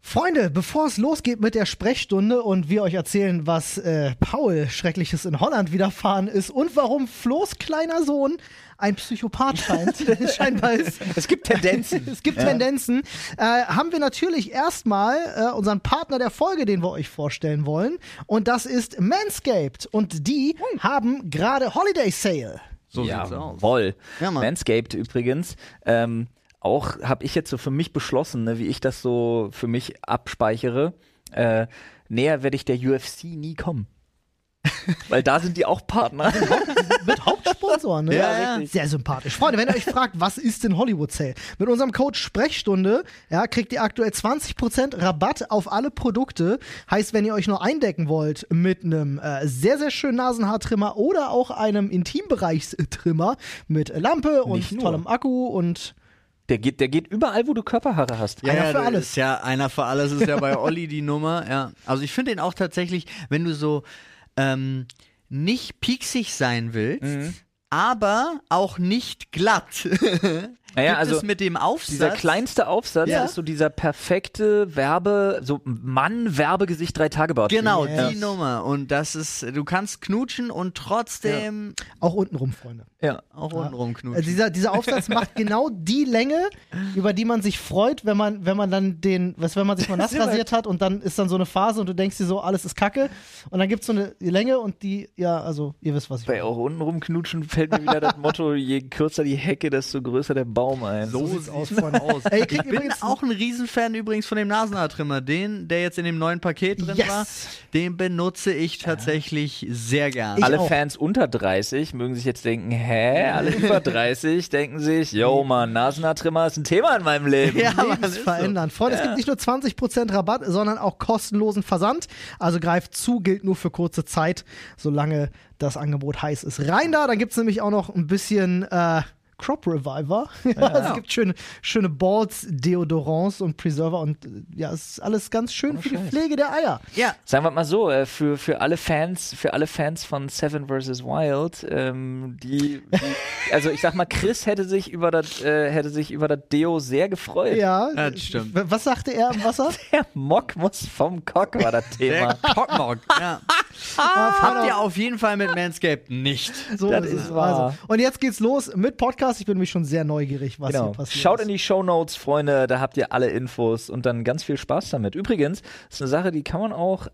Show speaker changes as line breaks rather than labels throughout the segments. Freunde, bevor es losgeht mit der Sprechstunde und wir euch erzählen, was äh, Paul Schreckliches in Holland widerfahren ist und warum Flohs kleiner Sohn ein Psychopath scheint, scheinbar ist.
Es gibt Tendenzen.
es gibt Tendenzen. Äh, haben wir natürlich erstmal äh, unseren Partner der Folge, den wir euch vorstellen wollen. Und das ist Manscaped. Und die haben gerade Holiday Sale.
So sieht's aus.
Jawohl.
Ja, Mann.
Manscaped übrigens. Ähm, auch habe ich jetzt so für mich beschlossen, ne, wie ich das so für mich abspeichere. Äh, näher werde ich der UFC nie kommen. Weil da sind die auch Partner.
Mit Hauptsponsor, ne?
Ja, ja. richtig.
Sehr sympathisch. Freunde, wenn ihr euch fragt, was ist denn Hollywood Sale? Mit unserem Code Sprechstunde ja, kriegt ihr aktuell 20% Rabatt auf alle Produkte. Heißt, wenn ihr euch nur eindecken wollt mit einem äh, sehr, sehr schönen Nasenhaartrimmer oder auch einem Intimbereichstrimmer mit Lampe und
Nicht nur.
tollem Akku und
Der geht, der geht überall, wo du Körperhaare hast.
Einer für
das
alles.
Ist ja, einer für alles ist ja bei Olli die Nummer. Ja. Also ich finde ihn auch tatsächlich, wenn du so ähm, nicht pieksig sein willst, aber auch nicht glatt.
Naja,
Gibt
also
es mit dem Aufsatz.
Dieser kleinste Aufsatz
Ja.
ist so dieser perfekte Werbe, so Mann-Werbegesicht drei tage bart
Genau,
Ja.
die Nummer. Und das ist, du kannst knutschen und trotzdem
auch untenrum, Freunde.
Ja.
auch untenrum knutschen.
Äh, dieser, dieser Aufsatz macht genau die Länge, über die man sich freut, wenn man, wenn man dann den, was, wenn man sich mal nass rasiert hat und dann ist dann so eine Phase und du denkst dir so, alles ist Kacke. Und dann gibt es so eine Länge und die, ja, also ihr wisst, was ich
Bei auch untenrum knutschen fällt mir wieder das Motto, je kürzer die Hecke, desto größer der Baum ein.
sieht's aus,
sieht's
Freunde.
aus.
Ey, ihr
ich
kriegt
bin
übrigens-
auch ein Riesenfan übrigens von dem Nasenhaartrimmer. Den, der jetzt in dem neuen Paket drin
Yes.
war, den benutze ich tatsächlich sehr gern.
Alle
auch.
Fans unter 30 mögen sich jetzt denken, hä? Alle über 30 denken sich, yo Mann, Nasenhaartrimmer ist ein Thema in meinem Leben.
Ja, Mann,
Lebens
ist so.
verändern. Freunde, es gibt nicht nur 20% Rabatt, sondern auch kostenlosen Versand. Also greift zu, gilt nur für kurze Zeit, solange das Angebot heiß ist. Rein da, dann gibt es nämlich auch noch ein bisschen äh, Crop Reviver. es gibt schöne, schöne Balls, Deodorants und Preserver und äh, ja, es ist alles ganz schön für die Pflege der Eier.
Ja,
Sagen wir mal so, äh, für, für alle Fans, für alle Fans von Seven vs. Wild, ähm, die, die also ich sag mal, Chris hätte sich über das, äh, hätte sich über das Deo sehr gefreut.
Ja,
das stimmt.
w- Was sagte er im Wasser?
Der Mock muss vom Kock war das
der
Thema.
Cockmock. Ja. Habt ihr auf jeden Fall mit Manscaped nicht.
So
Das
ist
ist
es.
wahr.
Also, und jetzt geht's los mit Podcast. Ich bin nämlich schon sehr neugierig, was
Genau.
hier passiert.
Schaut
ist.
in die Shownotes, Freunde, da habt ihr alle Infos und dann ganz viel Spaß damit. Übrigens, ist eine Sache, die kann man auch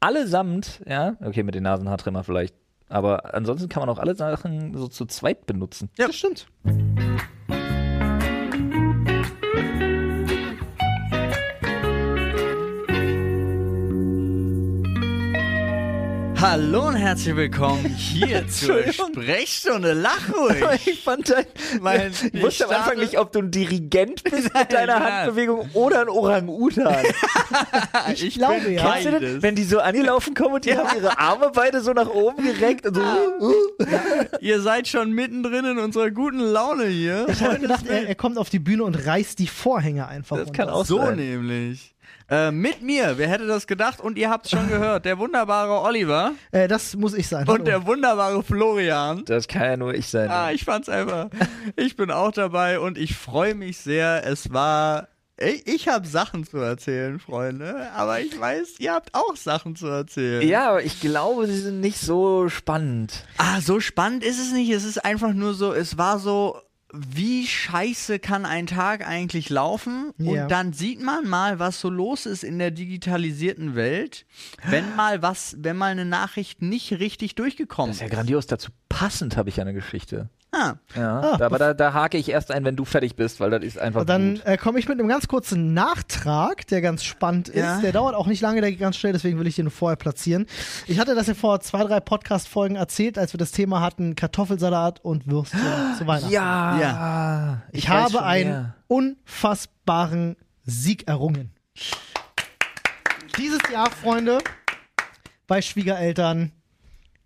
allesamt, ja, okay, mit den Nasenhaartrimmer vielleicht, aber ansonsten kann man auch alle Sachen so zu zweit benutzen.
Ja, das stimmt. Hallo und herzlich willkommen hier zur
Entschuldigung.
Sprechstunde. Lach ruhig.
Ich fand dein,
Mein-
ich wusste am
ich
Anfang
starte-
nicht, ob du ein Dirigent bist mit deiner
Nein, ja.
Handbewegung oder ein Orang-Utan.
Ich,
glaube,
bin
ja.
Kennst du das,
beides.
wenn die so angelaufen kommen und die haben ihre Arme beide so nach oben gereckt und so.
Ah.
uh,
Ihr seid schon mittendrin in unserer guten Laune hier.
Ich habe gedacht, er, er kommt auf die Bühne und reißt die Vorhänge einfach
Das
runter.
kann auch
So
sein.
nämlich. Äh, mit mir, wer hätte das gedacht? Und ihr habt es schon gehört, der wunderbare Oliver
Äh, das muss ich sein.
und
Hallo.
der wunderbare Florian.
Das kann ja nur ich sein.
Ah, ich fand's einfach. Ich bin auch dabei und ich freue mich sehr. Es war. Ich, ich habe Sachen zu erzählen, Freunde. Aber ich weiß, ihr habt auch Sachen zu erzählen.
Ja, aber ich glaube, sie sind nicht so spannend.
Ah, so spannend ist es nicht. Es ist einfach nur so, es war so, wie scheiße kann ein Tag eigentlich laufen?
Ja.
Und dann sieht man mal, was so los ist in der digitalisierten Welt, wenn mal was, wenn mal eine Nachricht nicht richtig durchgekommen
Ah. Das
ist.
ist ja grandios. Dazu passend habe ich eine Geschichte.
Ah,
Ja,
Ah.
aber da, da hake ich erst ein, wenn du fertig bist, weil das ist einfach
Und dann
gut.
äh, komme ich mit einem ganz kurzen Nachtrag, der ganz spannend ist.
Ja.
Der dauert auch nicht lange, der geht ganz schnell, deswegen will ich den nur vorher platzieren. Ich hatte das ja vor zwei, drei Podcast-Folgen erzählt, als wir das Thema hatten: Kartoffelsalat und Würstchen zu Weihnachten.
Ja,
ich,
weiß
habe
schon
einen
mehr.
unfassbaren Sieg errungen. Dieses Jahr, Freunde, bei Schwiegereltern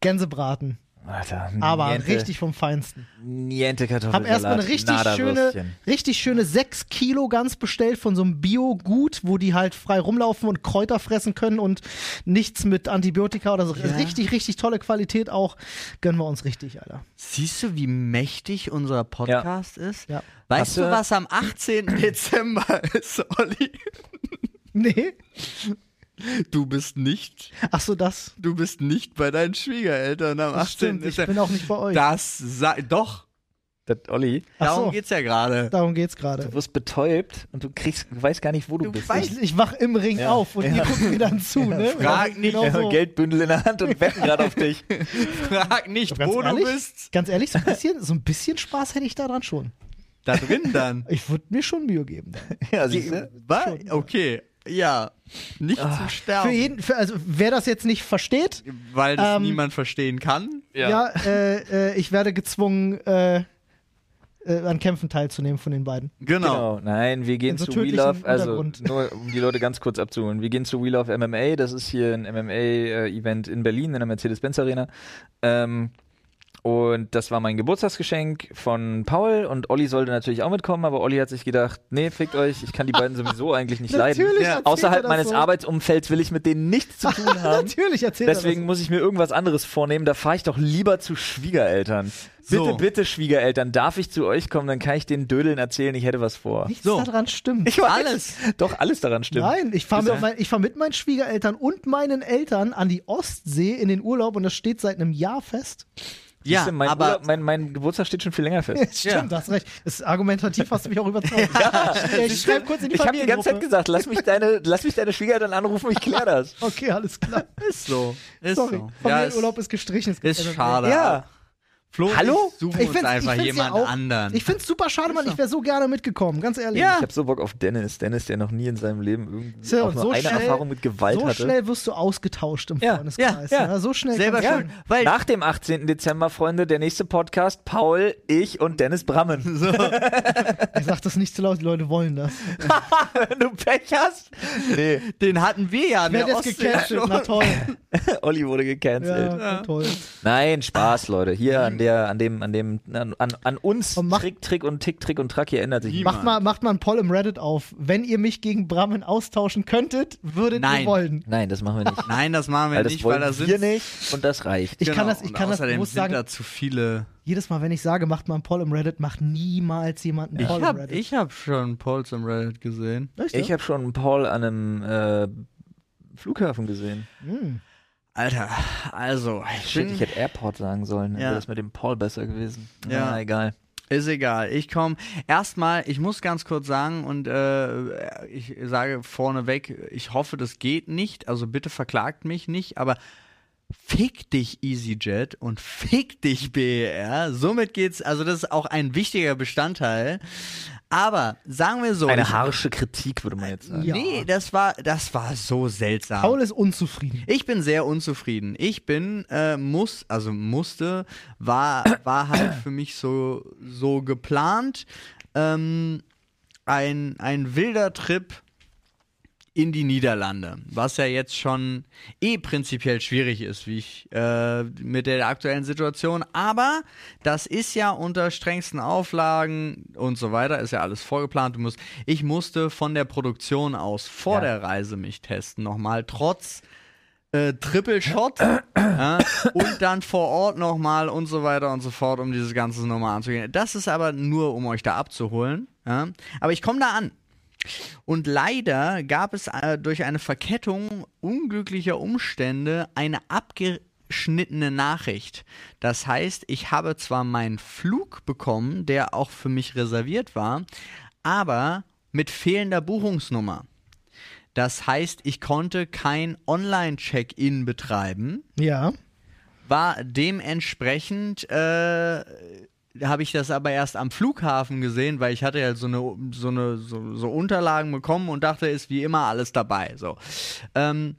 Gänsebraten.
Alter,
Aber
niente,
richtig vom Feinsten.
Niente Kartoffelsalat.
Hab erstmal eine richtig
nada
schöne,
Würstchen.
richtig schöne 6 Kilo Gans bestellt von so einem Bio-Gut, wo die halt frei rumlaufen und Kräuter fressen können und nichts mit Antibiotika oder so. Richtig, richtig tolle Qualität auch. Gönnen wir uns richtig, Alter.
Siehst du, wie mächtig unser Podcast ist?
Ja.
Weißt
Hast
du,
du-
was am 18. Dezember ist, Olli?
Nee.
Du bist nicht,
Ach so, das.
du bist nicht bei deinen Schwiegereltern am
das
18.
stimmt. Ich bin auch nicht bei euch.
das sa- doch.
Das, Olli,
Ach
Darum
so.
geht's ja gerade.
Darum geht's gerade.
du wirst betäubt und du kriegst, du weißt gar nicht, wo du,
Du
bist.
weißt-
Ich, ich wach im Ring
Ja.
auf und ihr guckt mir dann zu, ne?
frag
Das ist
nicht, also
genau
Ja,
so.
Geldbündel in der Hand und wetten gerade auf dich.
Frag nicht,
Ganz
wo
ehrlich,
du bist.
Ganz ehrlich, so ein bisschen, so ein bisschen Spaß hätte ich daran schon.
Da drin dann.
Ich würde mir schon Mühe geben. Dann.
Ja,
Die-
siehste?
Was? Okay, ja. Nicht zum Sterben.
Für jeden, für, also wer das jetzt nicht versteht,
weil das
Ähm,
niemand verstehen kann.
ja, äh, äh, ich werde gezwungen, äh, äh, an Kämpfen teilzunehmen von den beiden.
Genau.
Genau. Nein, wir gehen
In so
zu We
tödlichen
Love, also
Untergrund.
nur um die Leute ganz kurz abzuholen. Wir gehen zu We Love MMA, das ist hier ein MMA-Event äh, in Berlin in der Mercedes-Benz Arena. Ähm, und das war mein Geburtstagsgeschenk von Paul und Olli sollte natürlich auch mitkommen, aber Olli hat sich gedacht, nee, fickt euch, ich kann die beiden sowieso eigentlich nicht leiden.
Natürlich
Ja.
erzählt er
Außerhalb
das
meines
so.
Arbeitsumfelds will ich mit denen nichts zu tun haben.
Natürlich erzählt
Deswegen muss ich mir irgendwas anderes vornehmen. Da fahre ich doch lieber zu Schwiegereltern. Bitte,
So.
bitte, Schwiegereltern, darf ich zu euch kommen? Dann kann ich den Dödeln erzählen, ich hätte was vor.
er das. Nichts
So.
daran stimmt.
Ich weiß. Alles. Doch, alles daran stimmt.
Nein, ich fahre
Ist-
mit, mein, ich fahr mit meinen Schwiegereltern und meinen Eltern an die Ostsee in den Urlaub und das steht seit einem Jahr fest.
Ja,
Siehste, mein,
aber
Urlaub, mein, mein Geburtstag steht schon viel länger fest.
Stimmt,
Ja.
du hast recht. Das ist argumentativ hast du mich auch überzeugt. ich schreibe kurz in die
Ich habe die ganze Zeit
Familiengruppe.
gesagt, lass mich deine, lass mich deine Schwiegereltern anrufen, ich kläre das.
Okay, alles klar.
ist so. Ist
Sorry.
so. Ja, ist,
Familienurlaub ist gestrichen. Es gibt
ist
MML.
schade.
Ja.
Flo, und
Hallo?
Ich suchen uns einfach
find's ja
jemand
auch-
anderen.
Ich find's super schade, Mann. Ich wäre so gerne mitgekommen, ganz ehrlich.
Ja.
Ich habe so Bock auf Dennis. Dennis, der noch nie in seinem Leben irgendwie
Tja,
auch
und
nur
so
eine
schnell-
Erfahrung mit Gewalt
So
hatte.
schnell wirst du ausgetauscht im
Ja,
Freundeskreis.
ja, ja.
ne? So schnell
Selber
kann's
schuld.
sein.
Weil
Nach dem 18. Dezember, Freunde, der nächste Podcast, Paul, ich und Dennis Brammen.
so,
Ich sag das nicht zu laut, die Leute wollen das.
Wenn du Pech hast. Nee,
den hatten wir ja. an
Wer hat
der
jetzt
Ostsee
gecatcht?
schon.
Na toll.
Olli wurde gecancelt.
Ja, na toll.
Nein, Spaß, Leute. Hier an der, an dem, an dem, an, an, an uns
Und mach-
Trick, Trick und Tick, Trick und Track hier ändert sich.
Niemand.
Macht mal, macht mal einen Poll im Reddit auf. Wenn ihr mich gegen Brammen austauschen könntet, würdet
Nein.
ihr wollen.
Nein, das machen wir nicht.
Nein, das machen wir
Weil das
nicht, weil
wollen
da sind
wir nicht und das reicht.
Ich kann
Genau,
das, ich
und
kann das
außerdem
bewusst
sind
sagen.
da zu viele.
Jedes Mal, wenn ich sage, macht mal einen Poll im Reddit, macht niemals jemand einen
Ich
Poll im
habe
Reddit.
ich hab schon Polls im Reddit gesehen.
Echt,
Ich
ja?
habe schon Paul an einem äh, Flughafen gesehen.
Hm.
Alter, also, ich
Shit,
bin,
ich hätte Airport sagen sollen.
Ja.
Wäre das mit dem Paul besser gewesen.
Ja.
Na, egal.
ist egal. Ich komme erstmal, ich muss ganz kurz sagen und äh, ich sage vorneweg, ich hoffe, das geht nicht. Also bitte verklagt mich nicht, aber fick dich EasyJet und fick dich BER. Somit geht's, also das ist auch ein wichtiger Bestandteil. Aber sagen wir so,
Eine
ich-
harsche Kritik, würde man jetzt sagen.
Ja.
nee, das war das war so seltsam.
Paul ist unzufrieden.
Ich bin sehr unzufrieden. Ich bin, äh, muss, also musste, war, war halt für mich so, so geplant. Ähm, ein, ein wilder Trip in die Niederlande, was ja jetzt schon eh prinzipiell schwierig ist, wie ich äh, mit der aktuellen Situation. Aber das ist ja unter strengsten Auflagen und so weiter, ist ja alles vorgeplant. Du musst, ich musste von der Produktion aus vor
Ja.
der Reise mich testen nochmal, trotz äh, Triple Shot ja, und dann vor Ort nochmal und so weiter und so fort, um dieses ganze nochmal anzugehen. Das ist aber nur, um euch da abzuholen. Ja. Aber ich komme da an. Und leider gab es äh, durch eine Verkettung unglücklicher Umstände eine abgeschnittene Nachricht. Das heißt, ich habe zwar meinen Flug bekommen, der auch für mich reserviert war, aber mit fehlender Buchungsnummer. Das heißt, ich konnte kein Online-Check-In betreiben,
Ja.
war dementsprechend äh, habe ich das aber erst am Flughafen gesehen, weil ich hatte ja so eine so eine so, so Unterlagen bekommen und dachte, ist wie immer alles dabei. So, ähm,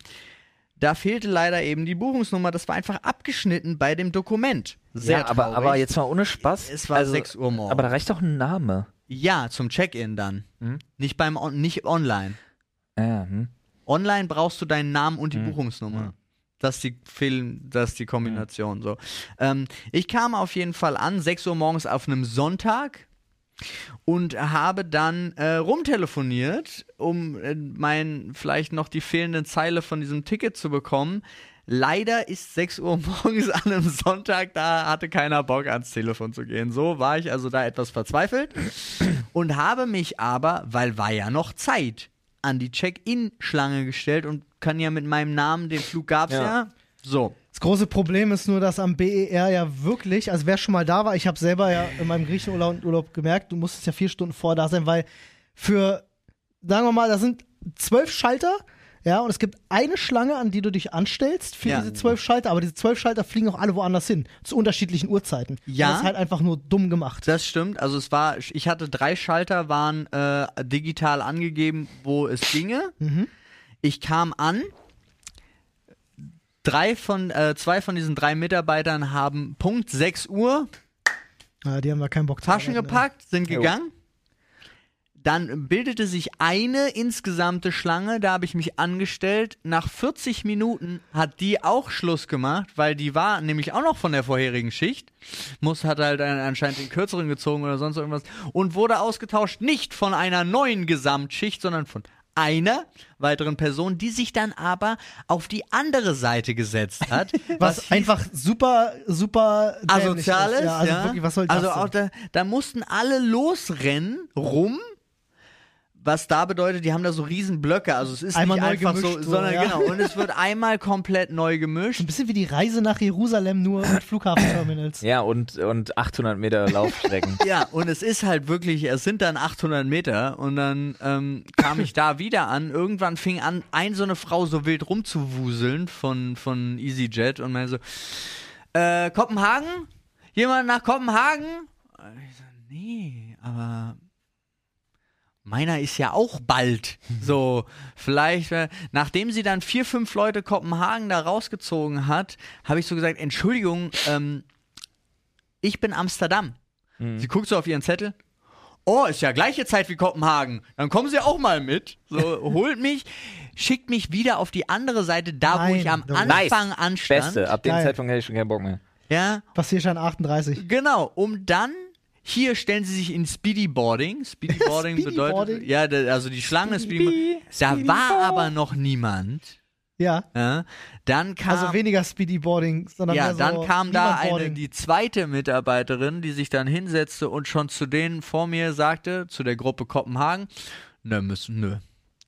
da fehlte leider eben die Buchungsnummer. Das war einfach abgeschnitten bei dem Dokument. Sehr
ja, aber,
traurig.
aber jetzt mal ohne Spaß. Also,
Es war 6 Uhr morgens.
Aber da reicht doch ein Name.
ja zum Check-in dann,
Mhm.
nicht beim on nicht online.
Ja, hm.
Online brauchst du deinen Namen und die Buchungsnummer.
Ja.
Das ist die, Film, das ist die Kombination. So. Ähm, ich kam auf jeden Fall an, 6 Uhr morgens auf einem Sonntag und habe dann äh, rumtelefoniert, um äh, mein, vielleicht noch die fehlenden Zeile von diesem Ticket zu bekommen. Leider ist 6 Uhr morgens an einem Sonntag, da hatte keiner Bock ans Telefon zu gehen. So war ich also da etwas verzweifelt und habe mich aber, weil war ja noch Zeit, an die Check-in-Schlange gestellt und kann ja mit meinem Namen, den Flug gab's ja.
Ja.
ja. So.
Das große Problem ist nur, dass am BER ja wirklich, also wer schon mal da war, ich habe selber ja in meinem Griechenurlaub Urlaub gemerkt, du musstest ja vier Stunden vor da sein, weil für, sagen wir mal, das sind zwölf Schalter, ja, und es gibt eine Schlange, an die du dich anstellst für
Ja.
diese zwölf Schalter, aber diese zwölf Schalter fliegen auch alle woanders hin, zu unterschiedlichen Uhrzeiten.
Ja.
Das ist halt einfach nur dumm gemacht.
Das stimmt. Also es war, ich hatte drei Schalter, waren äh, digital angegeben, wo es ginge. Ich kam an. Drei von, äh, zwei von diesen drei Mitarbeitern haben Punkt 6 Uhr
Ja, die haben da keinen Bock zu
Taschen
arbeiten,
gepackt, sind
Jo.
gegangen. Dann bildete sich eine insgesamte Schlange, da habe ich mich angestellt. Nach 40 Minuten hat die auch Schluss gemacht, weil die war nämlich auch noch von der vorherigen Schicht. Muss hat halt einen, anscheinend den kürzeren gezogen oder sonst irgendwas und wurde ausgetauscht nicht von einer neuen Gesamtschicht, sondern von einer weiteren Person, die sich dann aber auf die andere Seite gesetzt hat,
ne? Was, einfach super, super dämlich ist.
Asoziales,
Ja, also wirklich, was soll das
Also
denn?
auch da, da mussten alle losrennen, rum, was da bedeutet, die haben da so riesen Blöcke, also es ist
Einmal
nicht
neu
einfach so,
gemischt, so,
sondern
ja.
genau, und es wird einmal komplett neu gemischt.
Ein bisschen wie die Reise nach Jerusalem, nur mit Flughafenterminals.
Ja, und, und 800 Meter Laufstrecken.
Ja, und es ist halt wirklich, es sind dann 800 Meter und dann ähm, kam ich da wieder an. Irgendwann fing an, ein so eine Frau so wild rumzuwuseln von, von EasyJet und meinte so, äh, Kopenhagen? Jemand nach Kopenhagen? Und Ich so, nee, aber meiner ist ja auch bald. So, vielleicht, äh, nachdem sie dann vier, fünf Leute Kopenhagen da rausgezogen hat, habe ich so gesagt, Entschuldigung, ähm, ich bin Amsterdam. Sie guckt so auf ihren Zettel. Oh, ist ja gleiche Zeit wie Kopenhagen. Dann kommen Sie auch mal mit. So, holt mich, schickt mich wieder auf die andere Seite, da wo
Nein,
ich am
doch.
Nice.
Anfang anstand.
Beste, ab dem
Geil.
Zeitpunkt hätte ich schon keinen Bock mehr.
Ja,
Passierschein 38.
Genau, um dann hier stellen sie sich in Speedy Boarding. Speedy Boarding
Speedy
bedeutet
Boarding.
ja, da, also die Schlange Speedy,
Speedy,
Da
Speedy
war
Board.
aber noch niemand.
Ja.
Ja. Dann kam
Also weniger Speedy Boarding, sondern
ja,
mehr so
dann kam da eine,
Niemand-Boarding.
die zweite Mitarbeiterin, die sich dann hinsetzte und schon zu denen vor mir sagte, zu der Gruppe Kopenhagen, nö, müssen, nö,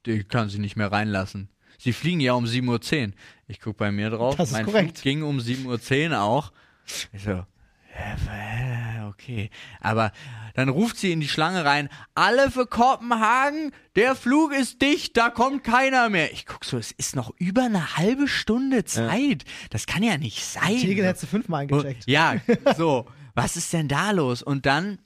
die kann sie nicht mehr reinlassen. Sie fliegen ja um 7.10 Uhr. Ich guck bei mir drauf,
Das ist
mein
korrekt.
Flug ging um 7.10 Uhr auch. Ich so, äh, okay. Aber dann ruft sie in die Schlange rein, alle für Kopenhagen, der Flug ist dicht, da kommt keiner mehr. Ich guck so, es ist noch über eine halbe Stunde Zeit. Das kann ja nicht sein. Oh,
Tegel hättest du fünfmal eingecheckt.
Ja, so, was ist denn da los? Und dann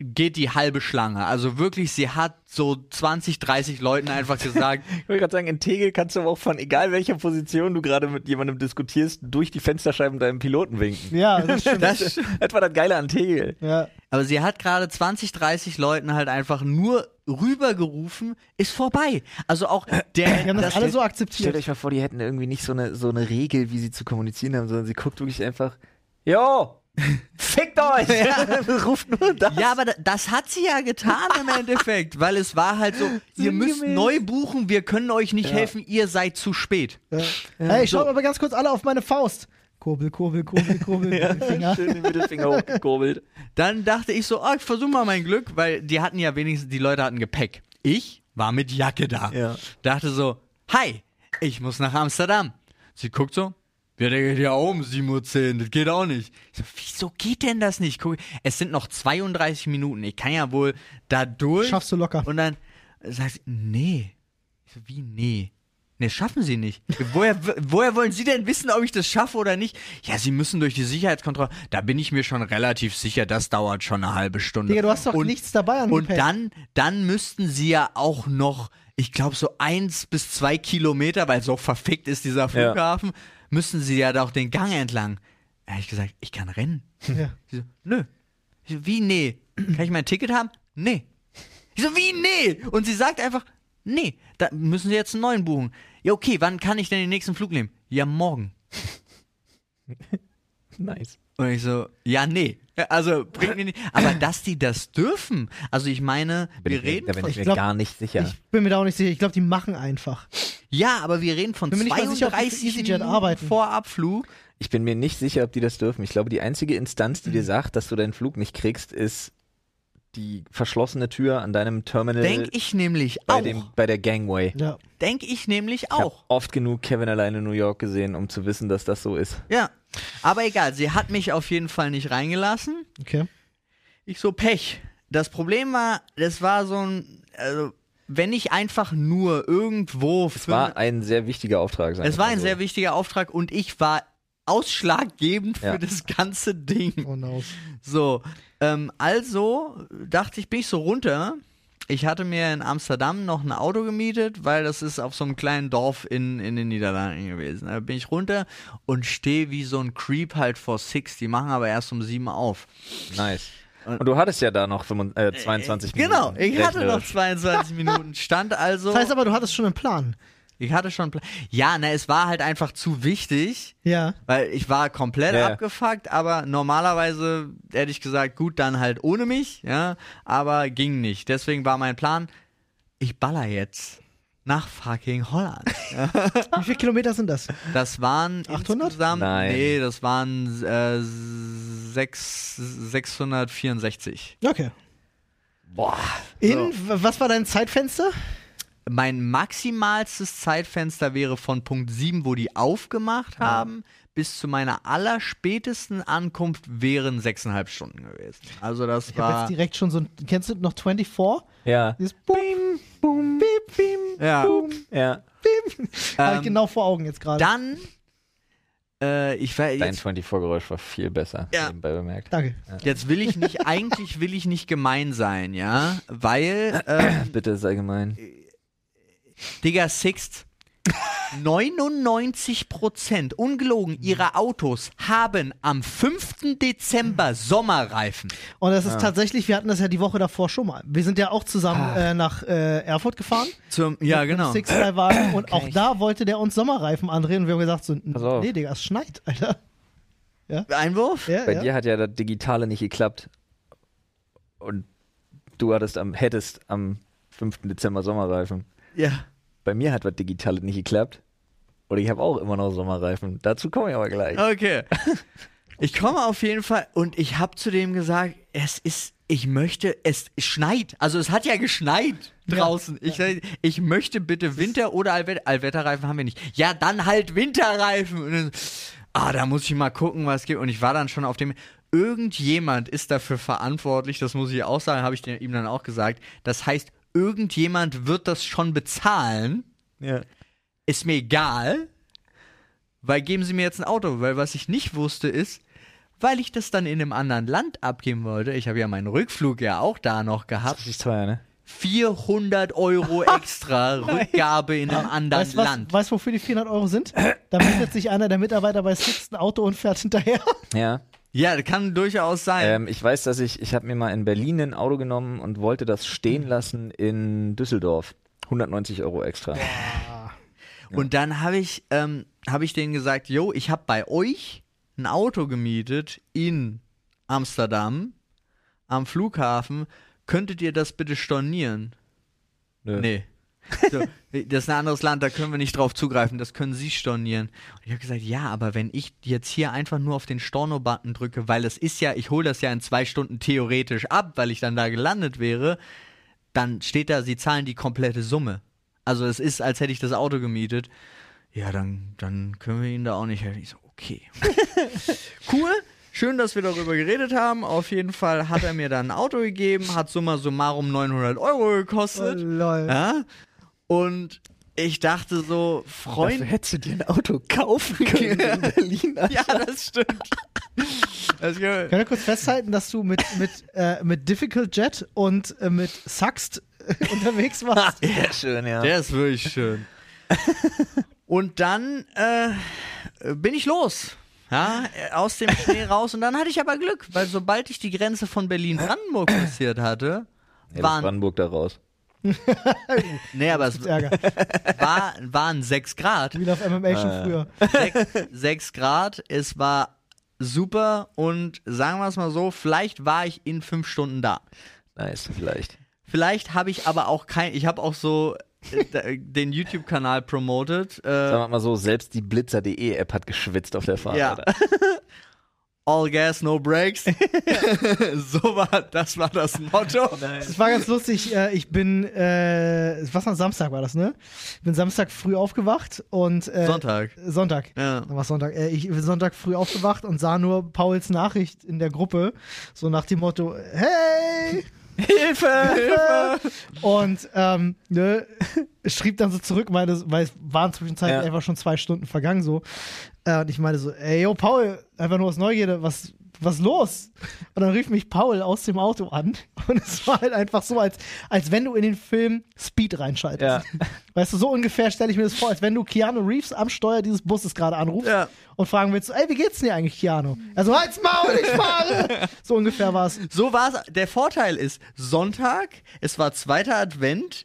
geht die halbe Schlange. Also wirklich, sie hat so 20, 30 Leuten einfach gesagt,
Ich wollte gerade sagen, in Tegel kannst du aber auch von egal welcher Position du gerade mit jemandem diskutierst, durch die Fensterscheiben deinem Piloten winken.
Ja, das stimmt.
das,
Das war das Geile an Tegel.
ja.
aber sie hat gerade 20, 30 Leuten halt einfach nur rübergerufen, ist vorbei. Also auch
Äh,
der,
Wir haben das, alle so
Stellt
akzeptiert.
euch mal vor, die hätten irgendwie nicht so eine, so eine Regel, wie sie zu kommunizieren haben, sondern sie guckt wirklich einfach, Jo, fickt euch! Ruft nur das.
Ja, aber da- das hat sie ja getan im Endeffekt, weil es war halt so, ihr müsst
Sinngemäß.
neu buchen, wir können euch nicht
Ja.
helfen, ihr seid zu spät.
Ja. Hey,
so.
schaut mal ganz kurz alle auf meine Faust. Kurbel, Kurbel, Kurbel, Kurbel, Mittelfinger.
Schön den Mittelfinger hochgekurbelt.
Dann dachte ich so, ah, ich versuche mal mein Glück, weil die hatten ja wenigstens, die Leute hatten Gepäck. Ich war mit Jacke da.
Ja.
Dachte so, hi, ich muss nach Amsterdam. Sie guckt so, ja, der geht ja auch um 7.10 Uhr, das geht auch nicht. Ich so, wieso geht denn das nicht? Guck, es sind noch 32 Minuten, ich kann ja wohl da durch.
Schaffst du locker.
Und dann sagt sie, nee. Ich so, wie nee? Ne, schaffen sie nicht. Woher, w- woher wollen sie denn wissen, ob ich das schaffe oder nicht? Ja, sie müssen durch die Sicherheitskontrolle. Da bin ich mir schon relativ sicher, das dauert schon eine halbe Stunde.
Digga, du hast doch
und,
nichts dabei an
Und
Gepäck.
dann, dann müssten sie ja auch noch, ich glaube, so eins bis zwei Kilometer, weil so verfickt ist dieser Flughafen, müssten sie ja doch den Gang entlang. Da hab ich gesagt, ich kann rennen.
Ja.
Ich so, nö. Ich so, wie nee? Kann ich mein Ticket haben? Nee. Ich so, wie nee? Und sie sagt einfach, nee, da müssen sie jetzt einen neuen buchen. Ja, okay, wann kann ich denn den nächsten Flug nehmen? Ja, morgen.
Nice.
Und ich so, ja, nee. Also, bringt mir nicht. Aber dass die das dürfen, also ich meine, wir reden.
da bin ich
Ich
mir
glaub,
gar nicht sicher.
Ich bin mir da auch nicht sicher. Ich glaube, die machen einfach.
Ja, aber wir reden von
Bin mir nicht mal sicher, ob die für
32
EasyJet
Minuten
arbeiten.
vor Abflug.
Ich bin mir
Mhm.
nicht sicher, ob die das dürfen. Ich glaube, die einzige Instanz, die dir sagt, dass du deinen Flug nicht kriegst, ist die verschlossene Tür an deinem Terminal
Denk ich nämlich
Äh, bei,
auch.
dem, bei der Gangway.
Ja.
Denk ich nämlich
Ich hab
auch.
oft genug Kevin alleine in New York gesehen, um zu wissen, dass das so ist.
Ja. Aber egal, sie hat mich auf jeden Fall nicht reingelassen.
Okay.
Ich so Pech. Das Problem war, das war so ein, also wenn ich einfach nur irgendwo.
Es war ein sehr wichtiger Auftrag. sagen
es
wir
war
mal
ein
so.
sehr wichtiger Auftrag und ich war ausschlaggebend für
Ja.
das ganze Ding.
Oh no.
So, ähm, also dachte ich, bin ich so runter. Ich hatte mir in Amsterdam noch ein Auto gemietet, weil das ist auf so einem kleinen Dorf in, in den Niederlanden gewesen. Da bin ich runter und stehe wie so ein Creep halt vor Six. Die machen aber erst um sieben auf.
Nice. Und du hattest ja da noch 25, äh, 22 Minuten.
Genau, ich hatte noch
rechnerisch.
22 Minuten. Stand also.
Das heißt aber, du hattest schon einen Plan.
ich hatte schon. Pla- Ja, na, es war halt einfach zu wichtig,
Ja.
weil ich war komplett
Ja, ja.
abgefuckt, aber normalerweise hätte ich gesagt, gut, dann halt ohne mich, ja, aber ging nicht. Deswegen war mein Plan, ich baller jetzt nach fucking Holland.
Wie viele Kilometer sind das?
Das waren
800?
insgesamt,
Nein.
nee, das waren äh, sechs- 664.
Okay.
Boah.
In, w- was war dein Zeitfenster?
mein maximalstes Zeitfenster wäre von Punkt 7, wo die aufgemacht haben, bis zu meiner allerspätesten Ankunft wären sechseinhalb Stunden gewesen. Also das
Ich habe jetzt
war
direkt schon so ein. Kennst du noch 24?
Ja.
Dieses Boom, Boom, Beep, Beep,
Ja.
Boom,
Ja.
Beep.
Äh,
Hab ich genau vor Augen jetzt gerade.
dann äh, ich war
Dein
jetzt,
24-Geräusch war viel besser.
Ja.
Nebenbei bemerkt.
Danke.
jetzt will ich nicht eigentlich will ich nicht gemein sein, ja, weil äh,
Bitte sei gemein.
Digga Sixt 99% ungelogen ihrer Autos haben am 5. Dezember Sommerreifen.
Und das ist tatsächlich, wir hatten das ja die Woche davor schon mal. Wir sind ja auch zusammen
Ah.
äh, nach äh, Erfurt gefahren.
Zum, ja,
mit einem
genau.
Six Drive Wagen und auch da wollte der uns Sommerreifen andrehen und wir haben gesagt so,
Pass auf.
nee, Digga, es schneit, Alter.
Einwurf?
Ja,
Bei
ja.
dir hat ja das Digitale nicht geklappt. Und du hattest am, hättest am 5. Dezember Sommerreifen.
Ja.
Bei mir hat was Digitales nicht geklappt. Und ich habe auch immer noch Sommerreifen. Dazu komme ich aber gleich.
Okay. Ich komme auf jeden Fall und ich habe zu dem gesagt, es ist, ich möchte, es schneit. Also es hat ja geschneit draußen. Ich, ich möchte bitte Winter oder Allwetter, Allwetterreifen haben wir nicht. Ja, dann halt Winterreifen. Und dann, ah, da muss ich mal gucken, was geht. Und ich war dann schon auf dem. Irgendjemand ist dafür verantwortlich, das muss ich auch sagen, habe ich dem, ihm dann auch gesagt. Das heißt, irgendjemand wird das schon bezahlen
Ja.
ist mir egal, weil geben sie mir jetzt ein Auto. Weil was ich nicht wusste ist, weil ich das dann in einem anderen Land abgeben wollte, ich habe ja meinen Rückflug ja auch da noch
Das
gehabt,
ist teuer, ne?
400 Euro extra Rückgabe in einem anderen
Weißt du, was-
Land.
weißt du, wofür die 400 Euro sind? Da meldet sich einer der Mitarbeiter bei Six ein Auto und fährt hinterher.
Ja.
Ja, das kann durchaus sein.
Ähm, ich weiß, dass ich, ich habe mir mal in Berlin ein Auto genommen und wollte das stehen
Hm.
lassen in Düsseldorf. 190 Euro extra.
Und dann habe ich, ähm, habe ich denen gesagt, yo, ich habe bei euch ein Auto gemietet in Amsterdam am Flughafen. Könntet ihr das bitte stornieren?
Nö.
Nee. So, das ist ein anderes Land, da können wir nicht drauf zugreifen, das können Sie stornieren. Und ich habe gesagt, ja, aber wenn ich jetzt hier einfach nur auf den Storno-Button drücke, weil das ist ja, ich hole das ja in zwei Stunden theoretisch ab, weil ich dann da gelandet wäre, dann steht da, Sie zahlen die komplette Summe. Also es ist, als hätte ich das Auto gemietet. Ja, dann, dann können wir Ihnen da auch nicht helfen. Ich so, okay. cool. Schön, dass wir darüber geredet haben. Auf jeden Fall hat er mir dann ein Auto gegeben, hat summa summarum 900 Euro
Oh,
gekostet.
Äh,
lol.
Ja? Und ich dachte so,
Dafür
Freund.
also hättest du dir ein Auto kaufen können in Berlin.
Ja, das stimmt. Also, ja,
Können wir kurz festhalten, dass du mit, mit, äh, mit Difficult Jet und äh, mit Saxt äh, unterwegs warst?
Ja, schön, ja.
der ist wirklich schön. Und dann äh, bin ich los. Ja, aus dem Schnee raus. Und dann hatte ich aber Glück, weil sobald ich die Grenze von Berlin-Brandenburg passiert hatte,
Nee, das ist
waren.
Brandenburg da raus.
Nee, aber es
Ärger.
war, waren 6 Grad.
Wie auf MMA
Ah,
schon früher.
6 Grad. Es war super. Und sagen wir es mal so, vielleicht war ich in 5 Stunden da.
Nice, vielleicht.
Vielleicht habe ich aber auch kein, ich habe auch so äh, d- den YouTube-Kanal promotet. Äh,
Sagen wir mal so, selbst die Blitzer.de-App hat geschwitzt auf der Fahrt.
ja.
Alter.
All Gas, No Breaks. so war, das war das Motto.
Es war ganz lustig. Äh, ich bin, äh, was war Samstag war das, ne? Ich bin Samstag früh aufgewacht und äh,
Sonntag.
Sonntag.
Ja.
Dann war es Sonntag. Äh, ich bin Sonntag früh aufgewacht und sah nur Pauls Nachricht in der Gruppe, so nach dem Motto: Hey,
Hilfe!
Hilfe! Und ähm, ne, schrieb dann so zurück, meine, weil es waren zwischenzeitlich
Ja.
einfach schon zwei Stunden vergangen so. Äh, und ich meine so, ey, yo, Paul, einfach nur aus Neugierde, was, was los? Und dann rief mich Paul aus dem Auto an und es war halt einfach so, als, als wenn du in den Film Speed reinschaltest.
Ja.
Weißt du, so ungefähr stelle ich mir das vor, als wenn du Keanu Reeves am Steuer dieses Busses gerade anrufst
Ja.
und fragen willst, ey, wie geht's denn dir eigentlich, Keanu? Also, halt's Maul, ich fahre! so ungefähr war es.
So war es. Der Vorteil ist Sonntag, es war zweiter Advent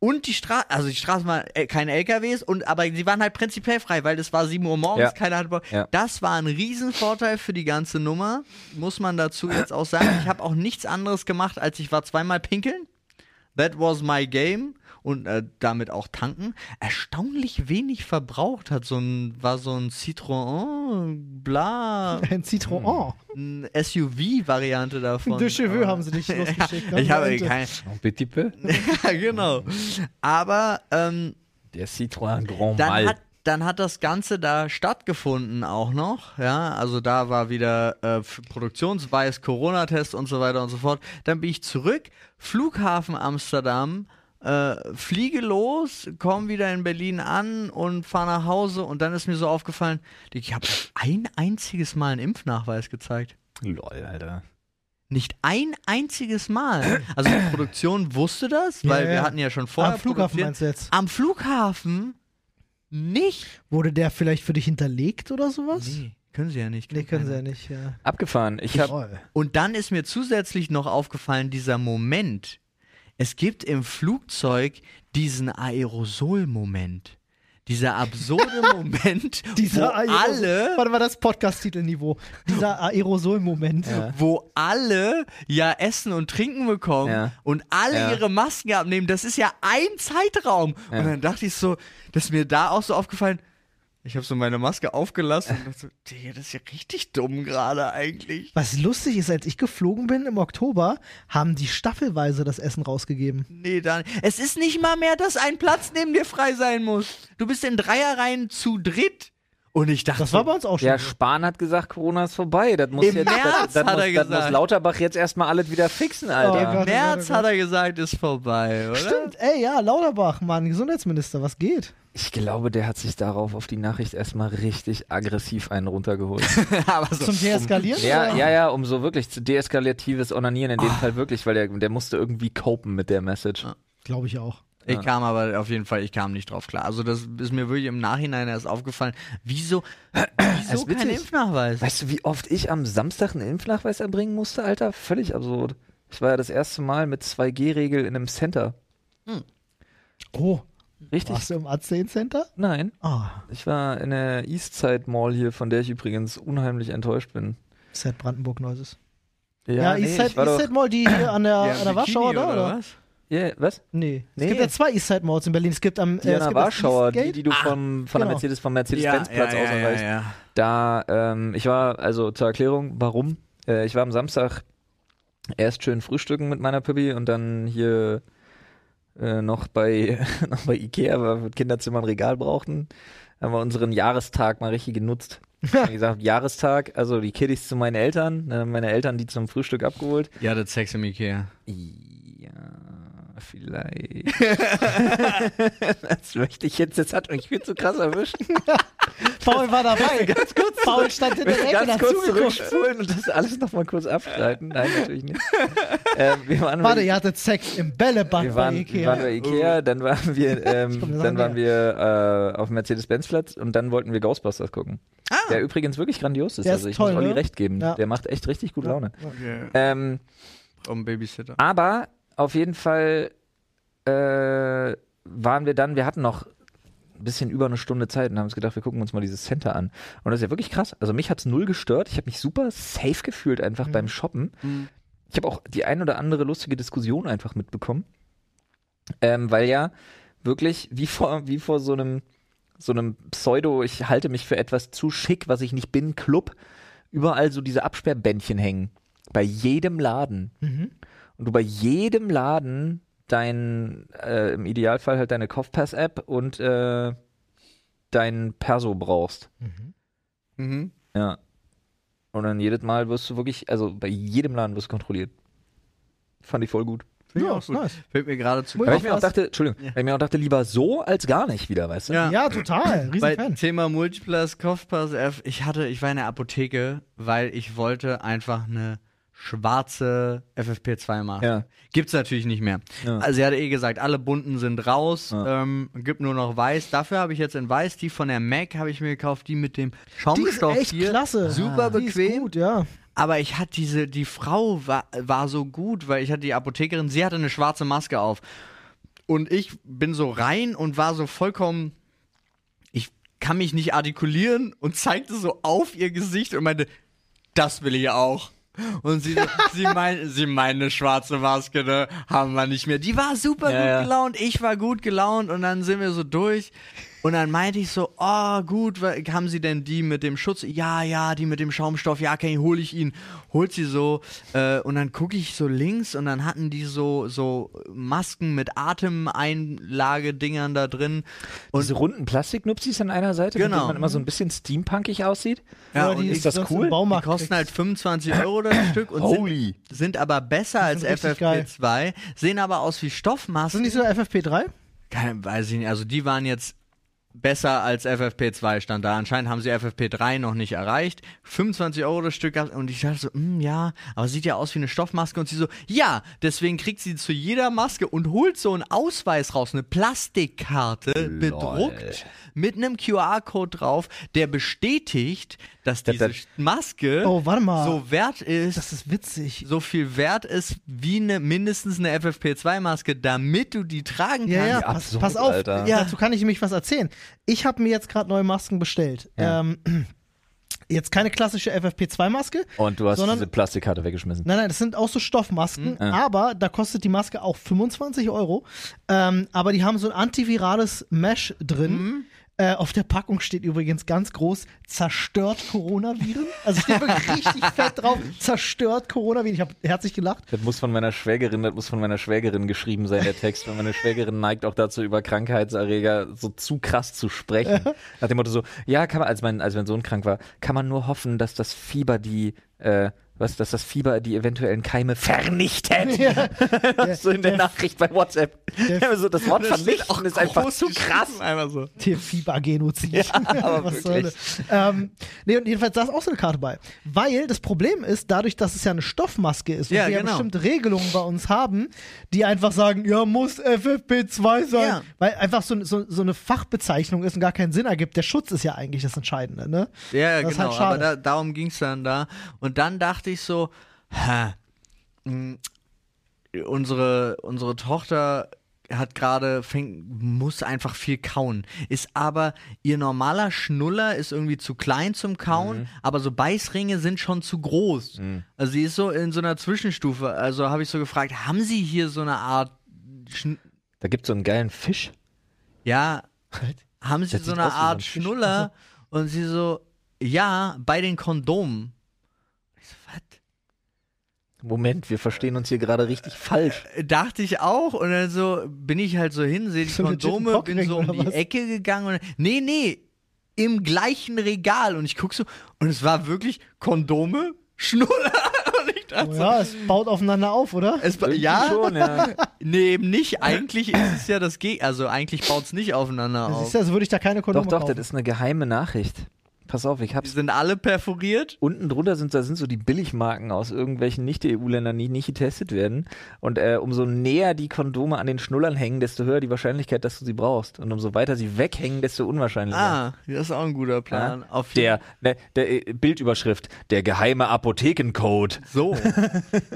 und die Straße, also die Straßen waren äh, keine LKWs, und, aber sie waren halt prinzipiell frei, weil es war 7 Uhr morgens,
Ja.
keiner hat Bock.
Ja.
Das war ein Riesenvorteil für die ganze Nummer, muss man dazu jetzt auch sagen. Ich habe auch nichts anderes gemacht, als ich war zweimal pinkeln. That was my game. Und äh, damit auch tanken. Erstaunlich wenig verbraucht hat so ein, war so ein Citroën, bla,
Ein
Hm.
Citroën. Oh,
eine SUV-Variante davon.
De Cheveux
Aber-
haben sie dich losgeschickt. ne?
ich habe keine.
Bitte, bitte.
ja, genau. Aber ähm,
Der Citroën Grand
dann,
Mal.
hat, dann hat das Ganze da stattgefunden auch noch. Ja, also da war wieder äh, f- Produktionsweis, Corona-Test und so weiter und so fort. Dann bin ich zurück, Flughafen Amsterdam. Äh, fliege los, komme wieder in Berlin an und fahre nach Hause und dann ist mir so aufgefallen, ich habe ein einziges Mal einen Impfnachweis gezeigt.
Lol, Alter.
Nicht ein einziges Mal. Also die Produktion wusste das,
Ja,
weil
ja.
wir hatten ja schon vorher
Am Flughafen
produziert.
meinst du jetzt?
Am Flughafen nicht.
Wurde der vielleicht für dich hinterlegt oder sowas? Nee,
Nee, können sie ja nicht.
können sie ja nicht. Ja.
Abgefahren. Ich habe
Toll.
Und dann ist mir zusätzlich noch aufgefallen dieser Moment. Es gibt im Flugzeug diesen Aerosol-Moment. Dieser absurde Moment,
Dieser
wo alle
Warte mal, das Podcast-Titelniveau. Dieser Aerosol-Moment.
Ja.
wo alle ja Essen und Trinken bekommen
Ja.
und alle
Ja.
ihre Masken abnehmen. Das ist ja ein Zeitraum.
Ja.
Und dann dachte ich so, dass mir da auch so aufgefallen, ich habe so meine Maske aufgelassen und dachte so, Digga, das ist ja richtig dumm gerade eigentlich.
Was lustig ist, als ich geflogen bin im Oktober, haben die staffelweise das Essen rausgegeben.
Nee, dann. Es ist nicht mal mehr, dass ein Platz neben dir frei sein muss. Du bist in Dreierreihen zu dritt. Und ich dachte,
Das war bei uns auch schon.
Ja,
so.
Spahn hat gesagt, Corona ist vorbei. Das muss
Im
jetzt,
März
das, das
hat
muss,
er
das muss
gesagt.
Lauterbach jetzt erstmal alles wieder fixen,
Oh
Alter.
Gott.
im März hat er gesagt, ist vorbei, oder?
Stimmt, ey, ja, Lauterbach, Mann, Gesundheitsminister, was geht?
ich glaube, der hat sich darauf auf die Nachricht erstmal richtig aggressiv einen runtergeholt.
Aber so,
Zum Deeskalieren?
ja,
oder?
ja, ja, um so wirklich zu deeskalatives Onanieren in dem Fall wirklich, weil der, der musste irgendwie copen mit der Message.
Glaube ich auch.
Ich kam aber auf jeden Fall, ich kam nicht drauf klar. Also das ist mir wirklich im Nachhinein erst aufgefallen. Wieso, wieso
ist
kein
witzig.
Impfnachweis?
Weißt du, wie oft ich am Samstag einen Impfnachweis erbringen musste, Alter? Völlig absurd. Ich war ja das erste Mal mit 2G-Regel in einem Center.
Oh,
Richtig?
warst du im A10-Center?
Nein.
Ah,
Ich war in der Eastside Mall hier, von der ich übrigens unheimlich enttäuscht bin.
Set Brandenburg-Neuses. Ja,
nee,
Eastside,
ich war doch-
Eastside Mall, die hier an der,
Ja,
an der Warschau,
Bikini
oder? oder?
was?
Ja, was?
Nee.
Nee.
Es gibt ja zwei Eastside Malls in Berlin. Es gibt am äh,
Die
es
Diana
gibt das
Warschauer, die,
Eastgate.
die du vom, von
genau.
der Mercedes, vom Mercedes-Benz-Platz aus erreichst.
ja.
Da, ähm, ich war, also zur Erklärung, warum? Äh, ich war am Samstag erst schön frühstücken mit meiner Pippi und dann hier äh, noch, bei, noch bei Ikea, weil wir für Kinderzimmer ein Regal brauchten. Haben wir unseren Jahrestag mal richtig genutzt. Wie gesagt, Jahrestag, also die Kiddies zu meinen Eltern, äh, meine Eltern die zum Frühstück abgeholt.
Ja, das Sex im Ikea.
Ja, vielleicht. das möchte ich jetzt, das hat mich viel zu krass erwischt.
Paul war dabei. ganz kurz Paul stand in der
Wir
Ecke und
ganz
hat
kurz
zugeguckt.
zurückspulen und das alles nochmal kurz abstreiten. Nein, natürlich nicht. ähm, wir waren
Warte,
bei,
ihr hattet Sex im Bällebad
wir
bei
waren, wir
Ikea.
waren bei Ikea, dann waren wir, ähm,
komm, das
dann
an,
waren wir äh, auf dem Mercedes-Benz-Platz und dann wollten wir Ghostbusters gucken. Der übrigens wirklich grandios ist.
Ah. Der
also
ist
ich
toll,
muss Olli
ne?
recht geben.
Ja.
Der macht echt richtig gut Laune.
Okay.
Ähm,
Um Babysitter.
aber auf jeden Fall äh, waren wir dann, wir hatten noch ein bisschen über eine Stunde Zeit und haben uns gedacht, wir gucken uns mal dieses Center an. Und das ist ja wirklich krass. Also mich hat es null gestört. Ich habe mich super safe gefühlt einfach beim Shoppen. Ich habe auch die ein oder andere lustige Diskussion einfach mitbekommen. Ähm, weil ja wirklich wie vor, wie vor so einem so einem Pseudo, ich halte mich für etwas zu schick, was ich nicht bin, Club überall so diese Absperrbändchen hängen. Bei jedem Laden. Und du bei jedem Laden dein, äh, im Idealfall halt deine Kopfpass-App und äh, dein Perso brauchst.
Mhm.
Ja. Und dann jedes Mal wirst du wirklich, also bei jedem Laden wirst du kontrolliert. Fand ich voll gut.
Finde ich
Ja,
auch gut.
nice.
Fällt mir gerade zu.
Muss
Weil
Auf
ich mir auch
was?
dachte, Entschuldigung, weil ich mir auch dachte, lieber so als gar nicht wieder, weißt du?
Ja.
Ja, total.
Bei
Riesenfan.
Thema Multiplus, Kopfpass F, ich hatte, ich war in der Apotheke, weil ich wollte einfach eine schwarze FFP2 machen.
Ja.
Gibt's natürlich nicht mehr.
Ja.
Also sie hatte eh gesagt, alle bunten sind raus,
Ja.
ähm, gibt nur noch weiß. Dafür habe ich jetzt in weiß, die von der MAC habe ich mir gekauft, die mit dem
Die ist
Schaumstoff
echt
hier.
klasse. Ah.
Super
Die ist
bequem.
gut, ja.
Aber ich hatte diese, die Frau war, war so gut, weil ich hatte die Apothekerin, sie hatte eine schwarze Maske auf. Und ich bin so rein und war so vollkommen, ich kann mich nicht artikulieren und zeigte so auf ihr Gesicht und meinte, das will ich auch. Und sie, sie, mein, sie meinen, eine schwarze Maske, ne, haben wir nicht mehr. Die war super
Ja,
gut
ja.
gelaunt, ich war gut gelaunt und dann sind wir so durch. Und dann meinte ich so, oh gut, wa- haben Sie denn die mit dem Schutz? Ja, ja, die mit dem Schaumstoff, ja, okay, hole ich ihn. Holt sie so äh, und dann gucke ich so links und dann hatten die so, so Masken mit Atemeinlagedingern da drin. Und
Diese runden Plastiknupsis an einer Seite, mit
Genau.
denen man immer so ein bisschen steampunkig aussieht.
Ja,
Oder
und
die
ist das
sonst
cool?
Im
die
Baumarkt
kosten halt 25 Euro das Stück und
Holy.
sind, sind aber besser als
sind richtig geil.
FFP2, sehen aber aus wie
Sind
Stoffmasken.
nicht so FFP3?
Keine, weiß ich nicht, also die waren jetzt besser als FFP2 stand da. Anscheinend haben sie FFP3 noch nicht erreicht. 25 Euro das Stück gehabt und ich dachte so, hm, ja, aber sieht ja aus wie eine Stoffmaske und sie so, ja, deswegen kriegt sie zu jeder Maske und holt so einen Ausweis raus, eine Plastikkarte bedruckt mit einem QR-Code drauf, der bestätigt, dass diese
das-
Maske
Oh, warte mal.
so wert ist,
Das ist witzig.
so viel wert ist wie eine mindestens eine FFP2-Maske, damit du die tragen kannst.
Ja, ja,
Wie
pass,
absurd,
pass auf.
Alter.
Ja. Dazu kann ich nämlich was erzählen. Ich habe mir jetzt gerade neue Masken bestellt.
Ja.
Ähm, jetzt keine klassische FFP2-Maske.
Und du hast
Sondern-
diese Plastikkarte weggeschmissen.
Nein, nein, das sind auch so Stoffmasken,
Ja.
aber da kostet die Maske auch 25 Euro. Ähm, aber die haben so ein antivirales Mesh drin.
Hm.
Äh, auf der Packung steht übrigens ganz groß, zerstört Coronaviren. Also steht wirklich richtig fett drauf, zerstört Coronaviren. Ich habe herzlich gelacht.
Das muss von meiner Schwägerin, das muss von meiner Schwägerin geschrieben sein, der Text. Weil meine Schwägerin neigt auch dazu, über Krankheitserreger so zu krass zu sprechen. Nach dem Motto so, ja, kann man, als mein, als mein Sohn krank war, kann man nur hoffen, dass das Fieber die, äh, was, dass das Fieber die eventuellen Keime vernichtet. so in der Nachricht bei WhatsApp. Ja, so, das Wort
Das steht
vernichten
auch
ist einfach
groß
zu
geschrieben,
krass.
Einfach so.
Der Fiebergenozid.
aber wirklich.
das? Ähm, nee, und jedenfalls da ist auch so eine Karte bei. Weil das Problem ist, dadurch, dass es ja eine Stoffmaske ist und
Ja,
wir ja
genau.
bestimmte Regelungen bei uns haben, die einfach sagen, ja, muss FFP2 sein.
Ja.
Weil einfach so, so, so eine Fachbezeichnung ist und gar keinen Sinn ergibt. Der Schutz ist ja eigentlich das Entscheidende, ne?
Ja, ja
Das ist
genau,
halt
aber
schade.
da, darum ging es dann da. Und dann dachte ich so, hä, mh, unsere, unsere Tochter hat gerade, fängt- muss einfach viel kauen. Ist aber, ihr normaler Schnuller ist irgendwie zu klein zum Kauen, aber so Beißringe sind schon zu groß. Also sie ist so in so einer Zwischenstufe. Also habe ich so gefragt, haben sie hier so eine Art, Schn
Da gibt es so einen geilen Fisch.
ja, haben sie
Das
so
sieht
eine
aus wie so ein
Art
Fisch.
Schnuller und sie so, ja, bei den Kondomen. Ich so, was?
Moment, wir verstehen uns hier gerade richtig falsch.
Äh, Dachte ich auch und dann so bin ich halt so hin, sehe die
So einen legiten
Kondome, bin
Cockring
so um
oder
die
was?
Ecke gegangen und nee, nee, im gleichen Regal und ich guck so und es war wirklich Kondome, Schnuller und ich dachte
Oh
so,
ja, es baut aufeinander auf, oder?
es, war-
Irgendwie
ja,
Schon, ja.
nee, eben nicht. Eigentlich ist es ja das Gegenteil. Also eigentlich baut es nicht aufeinander
Das ist
auf.
ja, so würde ich da keine
Doch,
Kondome
doch,
kaufen.
das ist eine geheime Nachricht. Pass auf, ich
Die
hab's.
sind alle perforiert.
Unten drunter sind, da sind so die Billigmarken aus irgendwelchen Nicht-EU-Ländern, die nicht getestet werden. Und äh, umso näher die Kondome an den Schnullern hängen, desto höher die Wahrscheinlichkeit, dass du sie brauchst. Und umso weiter sie weghängen, desto unwahrscheinlicher.
Ah, das ist auch ein guter Plan.
Ja?
Auf jeden
der, ne, der äh, Bildüberschrift, der geheime Apothekencode.
So.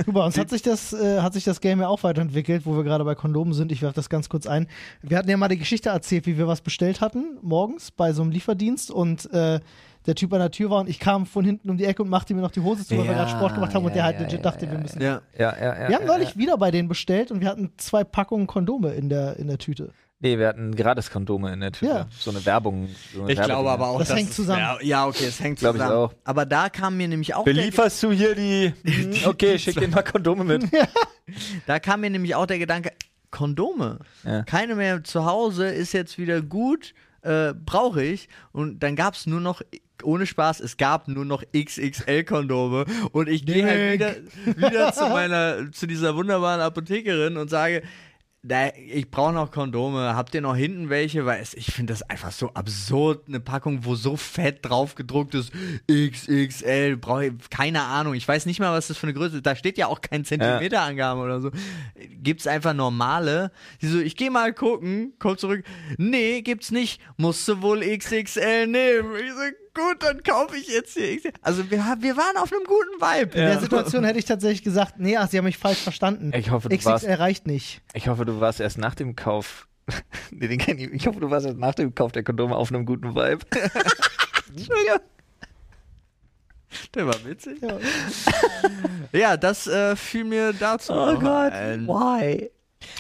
Du, bei uns hat sich das, äh, hat sich das Game ja auch weiterentwickelt, wo wir gerade bei Kondomen sind. Ich werfe das ganz kurz ein. Wir hatten ja mal die Geschichte erzählt, wie wir was bestellt hatten, morgens bei so einem Lieferdienst und äh, der Typ an der Tür war und ich kam von hinten um die Ecke und machte mir noch die Hose zu, weil wir
Ja,
gerade Sport gemacht haben und der
ja,
halt
ja,
legit
ja,
dachte,
ja,
wir müssen.
ja.
Ja, ja, ja.
Wir haben
ja,
neulich wieder bei denen bestellt und wir hatten zwei Packungen Kondome in der, in der Tüte.
Nee, wir hatten Gratis-Kondome in der Tüte.
Ja.
So eine Werbung. So eine
Ich glaube
Werbung.
aber auch,
Das
dass
hängt
es-
zusammen.
Ja, ja, okay, es hängt
Glaub ich
zusammen.
auch.
Aber da kam mir nämlich auch der,
Belieferst du hier die. Hm, Okay, schick dir mal Kondome mit.
da kam mir nämlich auch der Gedanke, Kondome.
Ja.
Keine mehr zu Hause ist jetzt wieder gut, äh, brauche ich. Und dann gab es nur noch, ohne Spaß, es gab nur noch XXL-Kondome. Und ich gehe halt wieder, wieder zu meiner, zu dieser wunderbaren Apothekerin und sage, da, ich brauche noch Kondome. Habt ihr noch hinten welche? Weil es, ich finde das einfach so absurd, eine Packung, wo so fett drauf gedruckt ist. XXL, brauche ich keine Ahnung. Ich weiß nicht mal, was das für eine Größe ist. Da steht ja auch kein Zentimeterangabe oder so. Gibt's einfach normale? Die so, ich gehe mal gucken, komm zurück. Nee, gibt's nicht. Musst du wohl XXL nehmen. Ich so, gut, dann kaufe ich jetzt hier XXL. Also wir, ha- wir waren auf einem guten Vibe.
In der Situation hätte ich tatsächlich gesagt, nee, ach, sie haben mich falsch verstanden.
Ich hoffe, du
XXL
warst-
reicht nicht.
Ich hoffe, du warst erst nach dem Kauf. Nee, den kenn ich. ich hoffe, du warst erst nach dem Kauf der Kondome auf einem guten Vibe. Entschuldigung.
Der war witzig.
Ja.
Ja, das äh, fiel mir dazu.
Oh
noch
Gott.
ein.
Why?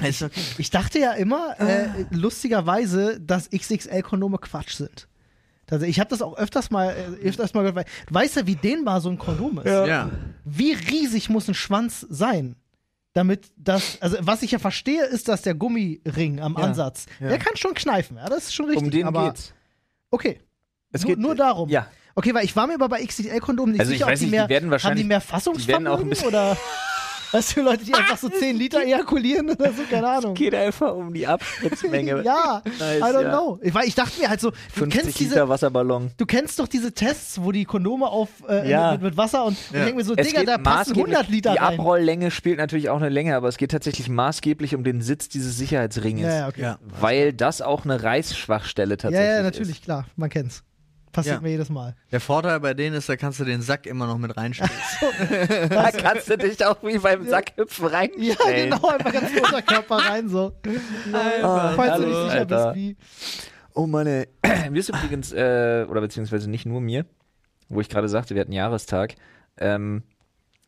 Ist okay.
Ich dachte ja immer,
Ah.
äh, lustigerweise, dass XXL-Kondome Quatsch sind. Also ich habe das auch öfters mal, äh, öfters mal gehört, weil du weißt ja, wie dehnbar so ein Kondom ist.
Ja.
Wie riesig muss ein Schwanz sein, damit das, also was ich ja verstehe, ist, dass der Gummiring am Ansatz, der kann schon kneifen, ja, das ist schon richtig.
Um den
aber
geht's.
okay,
Es
nur,
geht-
nur darum.
Ja.
Okay, weil ich war mir aber bei XXL-Kondomen nicht
Also ich
sicher, ob
weiß
die
nicht, die
mehr,
werden
haben die
wahrscheinlich-
mehr
die werden
Fassungsvermögen
auch ein bisschen-
oder weißt du, Leute, die einfach so 10 Liter ejakulieren oder so, keine Ahnung.
Geht einfach um die Abspritzmenge.
Ja,
Nice,
I don't
ja.
know. Ich, weil ich dachte mir halt so, du
50
kennst,
Liter
diese,
Wasserballon.
du kennst doch diese Tests, wo die Kondome auf äh,
Ja.
mit, mit Wasser und ich denke mir so,
Es
Digga,
geht
da passen
maßgeblich-
100 Liter
Die
rein.
Abrolllänge spielt natürlich auch eine Länge, aber es geht tatsächlich maßgeblich um den Sitz dieses Sicherheitsringes.
Ja, ja, okay.
Ja.
Weil das auch eine Reißschwachstelle
ja,
tatsächlich ist.
ja, natürlich, klar, man kennt's. Passiert
Ja.
mir jedes Mal.
Der Vorteil bei denen ist, da kannst du den Sack immer noch mit reinstecken.
Da kannst du dich auch wie beim Sackhüpfen
Ja,
reinstellen.
genau, einfach ganz in den Unterkörper rein so.
Alter,
Falls du
hallo,
nicht sicher
Alter.
bist, wie.
Oh Mann, ey. Mir ist übrigens, äh, oder beziehungsweise nicht nur mir, wo ich gerade sagte, wir hatten Jahrestag. Ähm,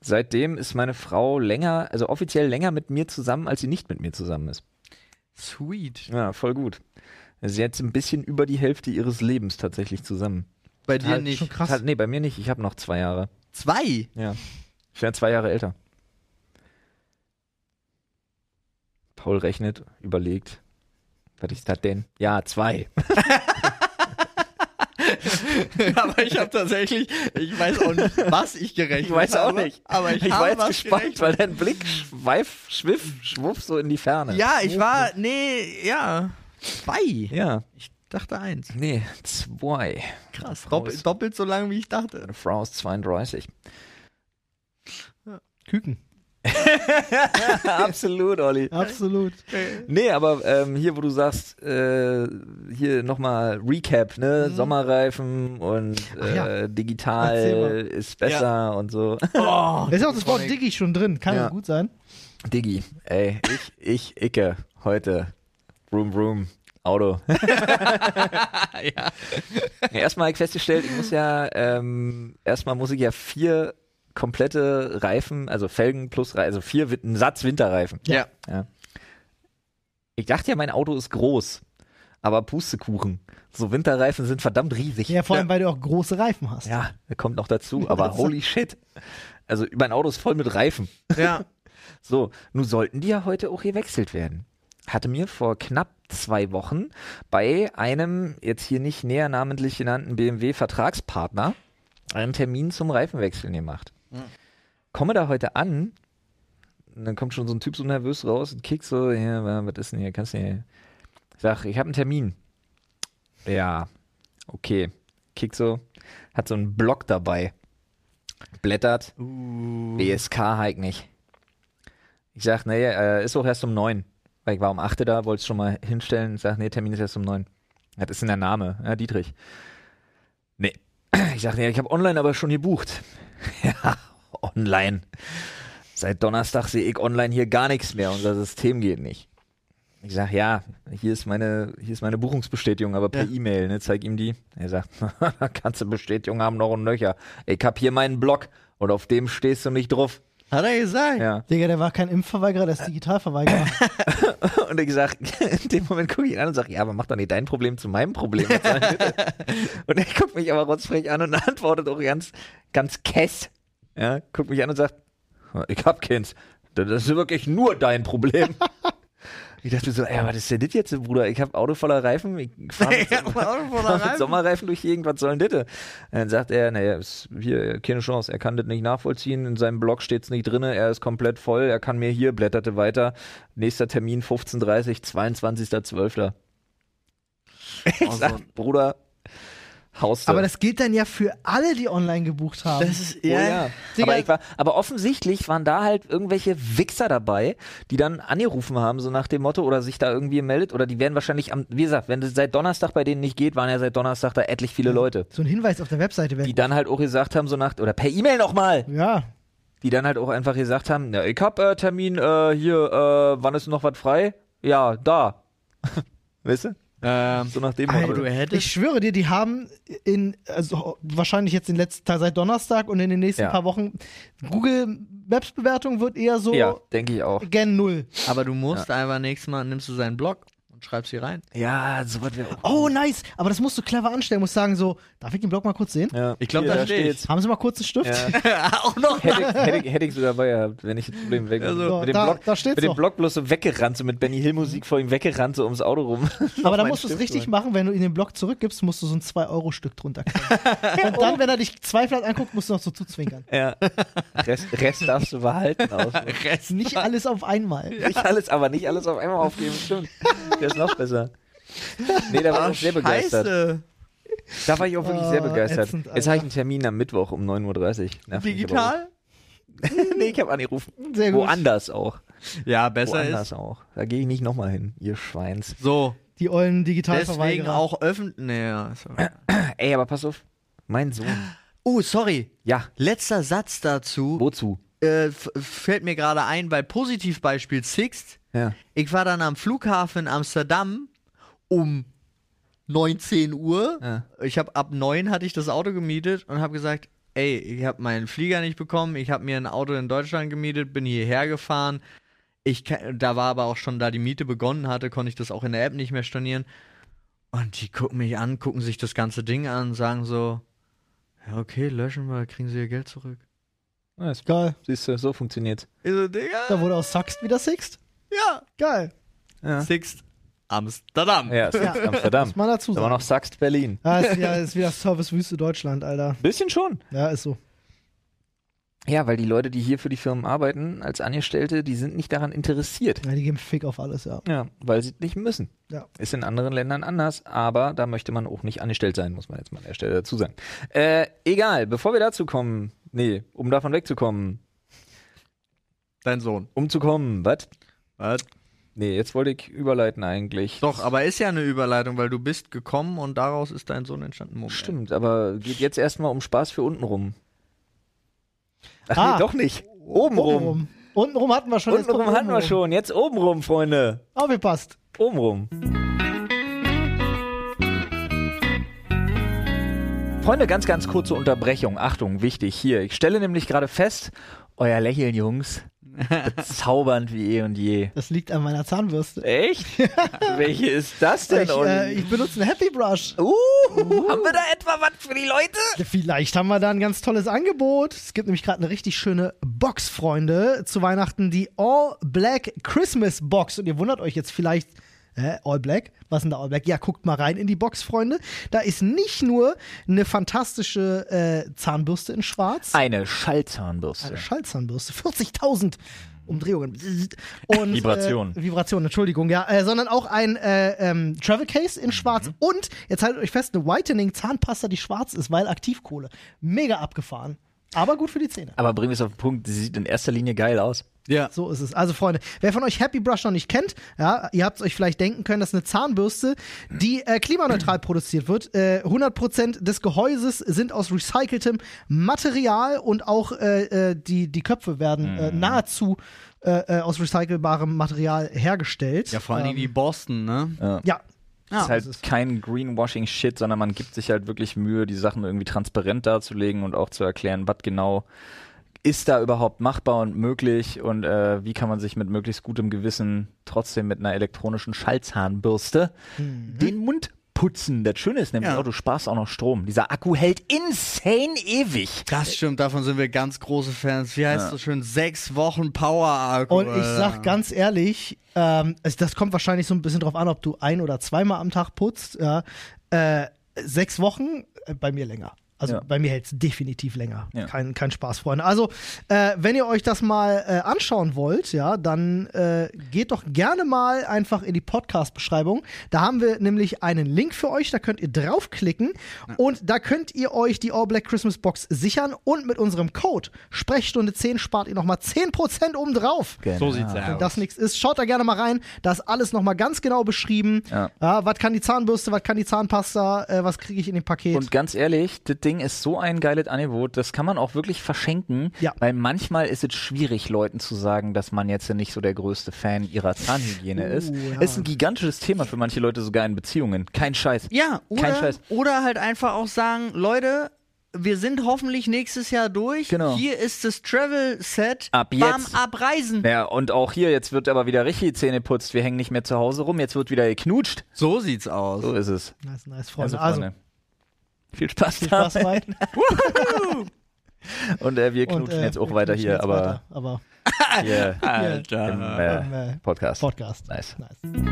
seitdem ist meine Frau länger, also offiziell länger mit mir zusammen, als sie nicht mit mir zusammen ist.
Sweet.
Ja, voll gut. Sie ist jetzt ein bisschen über die Hälfte ihres Lebens tatsächlich zusammen.
Bei dir
Halt
nicht.
Schon krass.
Hat- Nee, bei mir nicht. Ich habe noch zwei Jahre.
Zwei?
Ja. Ich werde zwei Jahre älter. Paul rechnet, überlegt. Was ist das denn? Ja, zwei.
aber ich habe tatsächlich, ich weiß auch nicht, was ich gerechnet
Ich weiß auch
habe,
nicht.
Aber ich,
Ich
habe
war jetzt
was
gespannt,
gerechnet.
weil dein Blick schweif, schwiff, schwuff so in die Ferne.
Ja, ich war, nee, ja, zwei.
Ja.
Ich dachte eins.
Nee, zwei.
Krass.
Frau
Doppelt,
ist,
doppelt so lang, wie ich dachte.
meine Frau ist 32.
Küken.
Absolut, Olli.
Absolut.
Nee, aber ähm, hier, wo du sagst, äh, hier nochmal Recap, ne? Sommerreifen und äh,
Mhm. Ach ja. Erzähl
digital
mal.
ist besser und so.
Da ist auch das Wort Diggi schon drin, kann
Ja.
ja gut sein.
Diggi, ey, ich, ich, Icke, heute. Room, Room, Auto.
ja.
Ja, erstmal habe ich festgestellt, ich muss ja, ähm, erstmal muss ich ja vier komplette Reifen, also Felgen plus Reifen, also vier, Win- einen Satz Winterreifen.
Ja.
Ich dachte ja, mein Auto ist groß, aber Pustekuchen. So Winterreifen sind verdammt riesig.
Ja, vor allem, weil du auch große Reifen hast.
Ja, das kommt noch dazu, aber holy shit. Also mein Auto ist voll mit Reifen.
Ja.
So, nun sollten die ja heute auch gewechselt werden. Hatte mir vor knapp zwei Wochen bei einem jetzt hier nicht näher namentlich genannten BMW-Vertragspartner einen Termin zum Reifenwechseln gemacht. Komme da heute an, und dann kommt schon so ein Typ so nervös raus und kickt so, ja, wa- was ist denn hier, kannst du hier? Sag, ich habe einen Termin. Ja, okay. Kickt so, hat so einen Block dabei. Blättert, BSK hike halt nicht. Ich sag, nee, äh, ist auch erst um neun. Weil ich war um 8 da, wollte es schon mal hinstellen. Ich sag, nee, Termin ist erst um neun. Ja, das ist in der Name, ja, Dietrich. Nee. Ich sag, nee, ich habe online aber schon gebucht. ja, online. Seit Donnerstag sehe ich online hier gar nichts mehr. Unser System geht nicht. Ich sag, ja, hier ist meine, hier ist meine Buchungsbestätigung, aber per
Ja.
E-Mail, ne? Zeig ihm die. Er sagt, kannst du Bestätigung haben, noch ein Löcher. Ich hab hier meinen Blog und auf dem stehst du nicht drauf.
Hat er gesagt.
Ja.
Digga, der war kein Impfverweigerer, der ist Digitalverweigerer.
Und er gesagt, in dem Moment gucke ich ihn an und sage, ja, aber mach doch nicht dein Problem zu meinem Problem. und er guckt mich aber rotzfrech an und antwortet auch ganz, ganz kess. Ja, guckt mich an und sagt, ich hab keins. Das ist wirklich nur dein Problem. ich dachte mir so, ey, was ist denn das jetzt, Bruder? Ich hab Auto voller Reifen, ich fahr mit,
Ja, aber auch voller
fahr mit
Reifen.
Sommerreifen durch die Gegend, was soll denn das? Dann sagt er, naja, ist hier keine Chance, er kann das nicht nachvollziehen, in seinem Blog steht es nicht drin, er ist komplett voll, er kann mir hier, blätterte weiter, nächster Termin 15.30 22.12. Ich
Oh, so-
sag, Bruder, haust du.
Aber das gilt dann ja für alle, die online gebucht haben.
Das ist,
Oh
ja,
ja.
Digga,
Aber, ich war, aber offensichtlich waren da halt irgendwelche Wichser dabei, die dann angerufen haben, so nach dem Motto, oder sich da irgendwie meldet, oder die werden wahrscheinlich am, wie gesagt, wenn es seit Donnerstag bei denen nicht geht, waren ja seit Donnerstag da etlich
Mhm.
viele Leute,
so ein Hinweis auf der Webseite wäre.
die dann halt auch gesagt haben, so nach, oder per E-Mail nochmal,
Ja.
die dann halt auch einfach gesagt haben, na, ich hab äh, Termin äh, hier, äh, wann ist noch was frei? Ja, da. weißt du?
Ähm,
So nach dem
aber
Motto.
du hättest.
Ich schwöre dir, die haben in, also wahrscheinlich jetzt den letzten Tag seit Donnerstag und in den nächsten
Ja.
paar Wochen, Google Maps Bewertung wird eher so
Ja, denke ich auch.
gen Null.
aber du musst einfach nächstes Mal nimmst du seinen Blog und schreibst hier rein.
Ja, sowas wäre auch.
Oh, nice. Aber das musst du clever anstellen. Musst sagen so, darf ich den Blog mal kurz sehen?
Ja,
Ich glaub,
hier,
da steht's.
Haben Sie mal kurz einen Stift?
Ja.
auch noch.
Hätte, ich- hätte, ich- hätte ich sogar bei gehabt, wenn ich das Problem weg
Also,
So,
mit dem
da-
Block,
da steht's
mit dem
noch.
Block bloß so weggerannt, so mit Benny Hill
Mhm.
Musik vor ihm weggerannt, so ums Auto rum.
Aber da
Auf
musst du
meinen
es
Stift
richtig
rein.
machen, wenn du ihn den Block zurückgibst, musst du so ein 2-Euro-Stück drunter kriegen. Und dann, wenn er dich zweifelhaft anguckt, musst du noch so zuzwinkern.
Ja. Rest, Rest darfst du behalten. Aus.
Rest
Nicht alles auf einmal.
Nicht alles, aber nicht alles auf einmal aufgeben, stimmt. Der ist noch besser. Nee, da war
Ach,
ich auch sehr begeistert.
Scheiße.
Da war ich auch wirklich sehr
Oh,
begeistert.
ätzend,
Jetzt habe ich
Alter.
einen Termin am Mittwoch um 9.30 Uhr. Nervt mich aber
Digital?
auch. nee, ich habe angerufen.
Sehr gut.
Woanders auch.
Ja, besser
Woanders
ist.
auch. Da gehe ich nicht nochmal hin, ihr Schweins.
So,
Die ollen
deswegen
Digitalverweigerer.
auch öffentlich. Nee, ja,
Äh,
sorry.
Ey, aber pass auf. Mein Sohn. uh,
Oh, sorry.
Ja,
Letzter Satz dazu.
wozu?
Äh, f- fällt mir gerade ein, bei Positivbeispiel Sixt.
Ja.
Ich war dann am Flughafen in Amsterdam um 19 Uhr.
Ja.
Ich habe ab 9 hatte ich das Auto gemietet und habe gesagt, ey, ich habe meinen Flieger nicht bekommen, ich habe mir ein Auto in Deutschland gemietet, bin hierher gefahren. Ich ka- da war aber auch schon da die Miete begonnen hatte, konnte ich das auch in der App nicht mehr stornieren. Und die gucken mich an, gucken sich das ganze Ding an, sagen so, ja okay, löschen wir, kriegen sie ihr Geld zurück.
Ja, ist
Geil.
Siehst du, so funktioniert.
Ich so, Digga,
Da wurde aus Saxt wieder Sixt.
ja.
Geil.
Ja,
Sixt Amsterdam.
ja,
Ja.
Sixt, Amsterdam.
Muss man dazu
Aber
sagen.
noch Saxt Berlin.
Ah, ist, ja, ist wieder Servicewüste Deutschland, Alter.
Bisschen schon.
Ja, ist so.
Ja, weil die Leute, die hier für die Firmen arbeiten, als Angestellte, die sind nicht daran interessiert.
Ja, die geben Fick auf alles, ja.
Ja, weil sie es nicht müssen.
Ja.
Ist in anderen Ländern anders, aber da möchte man auch nicht angestellt sein, muss man jetzt mal an der Stelle dazu sagen. Äh, egal, bevor wir dazu kommen, nee, um davon wegzukommen,
Dein Sohn.
um zu kommen, was?
Was?
Nee, jetzt wollte ich überleiten eigentlich.
Doch, aber ist ja eine Überleitung, weil du bist gekommen und daraus ist dein Sohn entstanden. Moment.
Stimmt, aber geht jetzt erstmal um Spaß für unten rum. Ach
Ah.
nee, doch nicht. Oben rum.
Untenrum. Untenrum hatten wir schon. jetzt
Untenrum
kommt
hatten wir schon, jetzt obenrum, Freunde.
Aufgepasst.
Obenrum. Freunde, ganz, ganz kurze Unterbrechung. Achtung, wichtig hier. Ich stelle nämlich gerade fest, euer Lächeln, Jungs, bezaubernd wie eh und je.
Das liegt an meiner Zahnbürste.
Echt? Welche ist das denn,
Ich,
Olli?
äh, ich benutze eine Happy Brush.
uh, haben wir da etwa was für die Leute?
Vielleicht haben wir da ein ganz tolles Angebot. Es gibt nämlich gerade eine richtig schöne Box, Freunde. Zu Weihnachten die All Black Christmas Box. Und ihr wundert euch jetzt vielleicht, äh, All Black? Was ist denn da All Black? Ja, guckt mal rein in die Box, Freunde. Da ist nicht nur eine fantastische äh, Zahnbürste in Schwarz.
Eine Schallzahnbürste.
Eine Schallzahnbürste. 40.000 Umdrehungen. Und,
Vibration.
Äh, Vibration, Entschuldigung, ja. Äh, sondern auch ein äh, ähm, Travel Case in schwarz und, jetzt haltet euch fest, eine Whitening Zahnpasta, die schwarz ist, weil Aktivkohle. Mega abgefahren. Aber gut für die Zähne.
Aber bringen wir es auf den Punkt, sie sieht in erster Linie geil aus.
Ja.
So ist es. Also Freunde, wer von euch Happy Brush noch nicht kennt, ja, ihr habt es euch vielleicht denken können, das ist eine Zahnbürste, die äh, klimaneutral produziert wird. Äh, 100% des Gehäuses sind aus recyceltem Material und auch äh, äh, die, die Köpfe werden äh,
Mhm.
nahezu äh, äh, aus recycelbarem Material hergestellt. Ähm,
Ja, vor allen Dingen die Boston, ne?
Ja,
Ja.
ist halt kein Greenwashing-Shit, sondern man gibt sich halt wirklich Mühe, die Sachen irgendwie transparent darzulegen und auch zu erklären, was genau ist da überhaupt machbar und möglich und äh, wie kann man sich mit möglichst gutem Gewissen trotzdem mit einer elektronischen Schallzahnbürste
Mhm.
den Mund putzen. Das Schöne ist nämlich,
Ja.
auch, du sparst auch noch Strom. Dieser Akku hält insane ewig.
Das stimmt, davon sind wir ganz große Fans. Wie heißt das schön? Sechs Wochen Power-Akku.
Und ich
Alter.
sag ganz ehrlich, ähm, es- das kommt wahrscheinlich so ein bisschen drauf an, ob du ein oder zweimal am Tag putzt. Ja. Äh, sechs Wochen, äh, bei mir länger. Also
Ja.
bei mir hält's definitiv länger.
Ja.
Kein, kein Spaß, Freunde. Also, äh, wenn ihr euch das mal äh, anschauen wollt, ja, dann äh, geht doch gerne mal einfach in die Podcast-Beschreibung. Da haben wir nämlich einen Link für euch, da könnt ihr draufklicken und da könnt ihr euch die All Black Christmas Box sichern und mit unserem Code Sprechstunde 10 spart ihr nochmal 10% obendrauf.
Genau.
So sieht's aus.
Wenn das nichts ist, schaut da gerne mal rein. Da ist alles nochmal ganz genau beschrieben.
Ja.
was kann die Zahnbürste, was kann die Zahnpasta, äh, was kriege ich in dem Paket?
Und ganz ehrlich, das Ding ist so ein geiles Angebot, das kann man auch wirklich verschenken,
Ja.
weil manchmal ist es schwierig, Leuten zu sagen, dass man jetzt nicht so der größte Fan ihrer Zahnhygiene ist.
Oh, ja.
Ist ein gigantisches Thema für manche Leute sogar in Beziehungen. Kein Scheiß.
Ja,
Kein
oder,
Scheiß.
oder halt einfach auch sagen, Leute, wir sind hoffentlich nächstes Jahr durch.
Genau.
Hier ist das Travel-Set.
Ab
Bam,
jetzt.
abreisen.
Ja, und auch hier, jetzt wird aber wieder richtig Zähne putzt. Wir hängen nicht mehr zu Hause rum, jetzt wird wieder geknutscht.
So sieht's aus.
So ist es.
nice, nice, Freunde.
Also,
Also,
Freunde, viel Spaß,
viel Spaß
dabei.
bei.
Und äh, wir
Und,
knutschen
äh,
jetzt auch
wir
weiter
knutschen
hier,
jetzt
aber
weiter, aber
hier im
Genau.
äh,
äh,
Podcast.
Podcast.
Nice.
nice.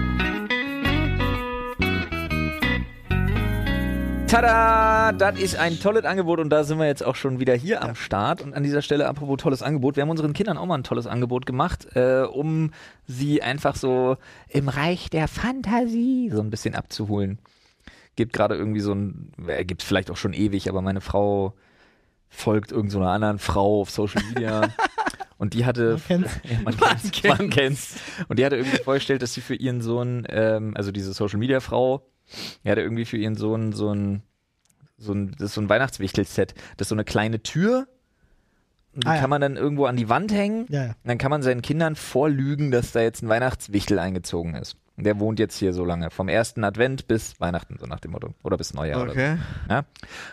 Tada! Das ist ein tolles Angebot und da sind wir jetzt auch schon wieder hier am Start. Und an dieser Stelle, apropos tolles Angebot, wir haben unseren Kindern auch mal ein tolles Angebot gemacht, äh, um sie einfach so im Reich der Fantasie so ein bisschen abzuholen. Gibt gerade irgendwie so ein, äh, gibt vielleicht auch schon ewig, aber meine Frau folgt irgendeiner so einer anderen Frau auf Social Media. Und die hatte,
Man kennt's.
ja, man kennt's, man kennt's. Und die hatte irgendwie vorgestellt, dass sie für ihren Sohn, ähm, also diese Social Media Frau, die hatte irgendwie für ihren Sohn so ein, so ein, das ist so ein Weihnachtswichtelset. Das ist so eine kleine Tür. Und die
Ah, ja.
kann man dann irgendwo an die Wand hängen.
Ja, ja.
Und dann kann man seinen Kindern vorlügen, dass da jetzt ein Weihnachtswichtel eingezogen ist. Und der wohnt jetzt hier so lange. Vom ersten Advent bis Weihnachten, so nach dem Motto. Oder bis Neujahr. Oder so.
Okay.
Ja?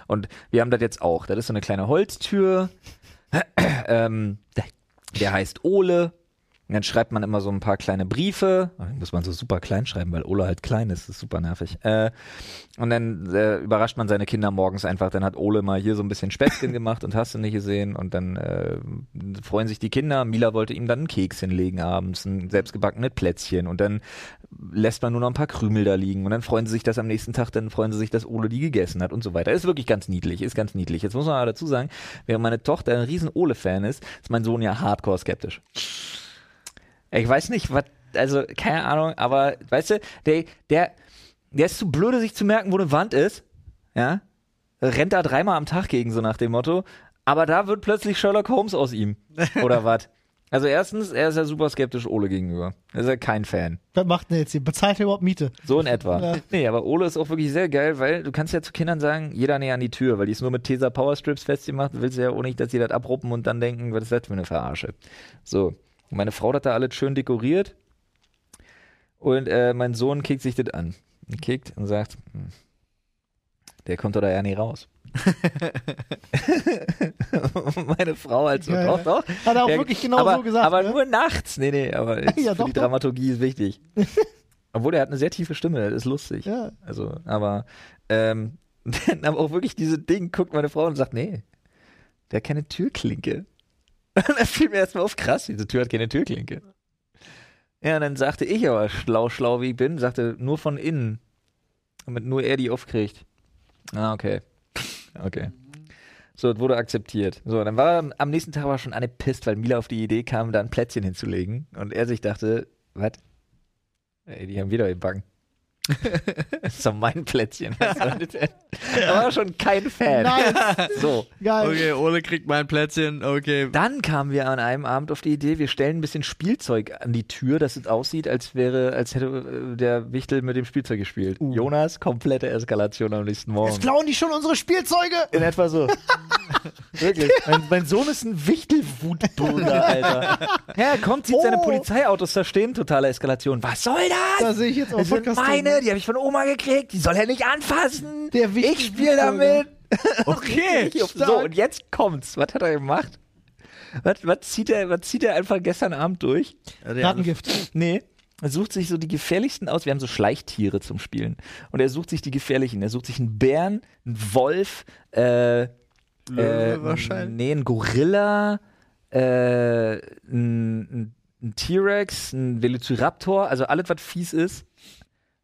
Und wir haben das jetzt auch. Das ist so eine kleine Holztür. ähm, der heißt Ole. Und dann schreibt man immer so ein paar kleine Briefe. Die Muss man so super klein schreiben, weil Ole halt klein ist. Das ist super nervig. Äh, und dann äh, überrascht man seine Kinder morgens einfach. Dann hat Ole mal hier so ein bisschen Spätzchen gemacht und hast du nicht gesehen. Und dann äh, freuen sich die Kinder. Mila wollte ihm dann einen Keks hinlegen abends, ein selbstgebackenes Plätzchen. Und dann lässt man nur noch ein paar Krümel da liegen und dann freuen sie sich das am nächsten Tag, dann freuen sie sich, dass Ole die gegessen hat und so weiter. Ist wirklich ganz niedlich, ist ganz niedlich. Jetzt muss man aber dazu sagen, während meine Tochter ein riesen Ole-Fan ist, ist mein Sohn ja hardcore skeptisch. Ich weiß nicht, was, also keine Ahnung, aber weißt du, der, der, der ist zu blöde, sich zu merken, wo eine Wand ist. Ja, rennt da dreimal am Tag gegen, so nach dem Motto. Aber da wird plötzlich Sherlock Holmes aus ihm. Oder was? Also erstens, er ist ja super skeptisch Ole gegenüber. Er ist ja kein Fan.
Was macht denn jetzt hier? Bezahlt ihr überhaupt Miete?
So in etwa.
Ja.
Nee, aber Ole ist auch wirklich sehr geil, weil du kannst ja zu Kindern sagen, jeder näher an die Tür, weil die ist nur mit Tesa Powerstrips festgemacht, willst du ja auch nicht, dass sie das abruppen und dann denken, was ist das für eine Verarsche. So, und meine Frau hat da alles schön dekoriert und äh, mein Sohn kickt sich das an. Und Kickt und sagt, "Hm, der kommt doch da ja nie raus. meine Frau halt so,
Ja, ja.
doch, doch.
Hat er auch
Ja,
wirklich genau
aber,
so gesagt.
Aber
ne?
nur nachts. Nee, nee, aber jetzt
Ja,
für
doch,
die
doch.
Dramaturgie ist wichtig. Obwohl er hat eine sehr tiefe Stimme, das ist lustig.
ja.
Also, aber ähm, dann aber auch wirklich diese Ding guckt meine Frau und sagt, nee, der hat keine Türklinke. Und dann fiel mir erstmal auf, krass, diese Tür hat keine Türklinke. Ja, und dann sagte ich aber, schlau, schlau wie ich bin, sagte, nur von innen. Damit nur er die aufkriegt. Ah, okay. Okay. So, das wurde akzeptiert. So, dann war er- am nächsten Tag war er schon angepisst, weil Mila auf die Idee kam, da ein Plätzchen hinzulegen. Und er sich dachte, was? Ey, die haben wieder gebacken. das ist doch mein Plätzchen. Was soll das denn? Er war schon kein Fan.
Nice.
So.
Geil.
Okay, Ole kriegt mein Plätzchen. Okay.
Dann kamen wir an einem Abend auf die Idee, wir stellen ein bisschen Spielzeug an die Tür, dass es aussieht, als wäre, als hätte äh, der Wichtel mit dem Spielzeug gespielt. Jonas, komplette Eskalation am nächsten Morgen.
Jetzt klauen die schon unsere Spielzeuge.
In etwa so. Wirklich. Mein, mein Sohn ist ein Wichtelwutbürger, Alter. Ja, er kommt, sieht seine
Oh.
Polizeiautos da stehen, totale Eskalation. Was soll das?
Da sehe ich jetzt auch
Das sind
Podcast-
meine, die habe ich von Oma gekriegt, die soll er nicht anfassen.
Der
ich spiele
Wichtelwutbürger.
damit. Okay. so, und jetzt kommt's. Was hat er gemacht? Was, was, zieht er, was zieht er einfach gestern Abend durch?
Ja, die alle-
Rattengift.
Nee. Er sucht sich so die gefährlichsten aus. Wir haben so Schleichtiere zum Spielen. Und er sucht sich die gefährlichen. Er sucht sich einen Bären, einen Wolf, äh,
Löwe
äh,
wahrscheinlich.
Nee, ein Gorilla, äh, ein, ein- ein T-Rex, ein Velociraptor, also alles, was fies ist.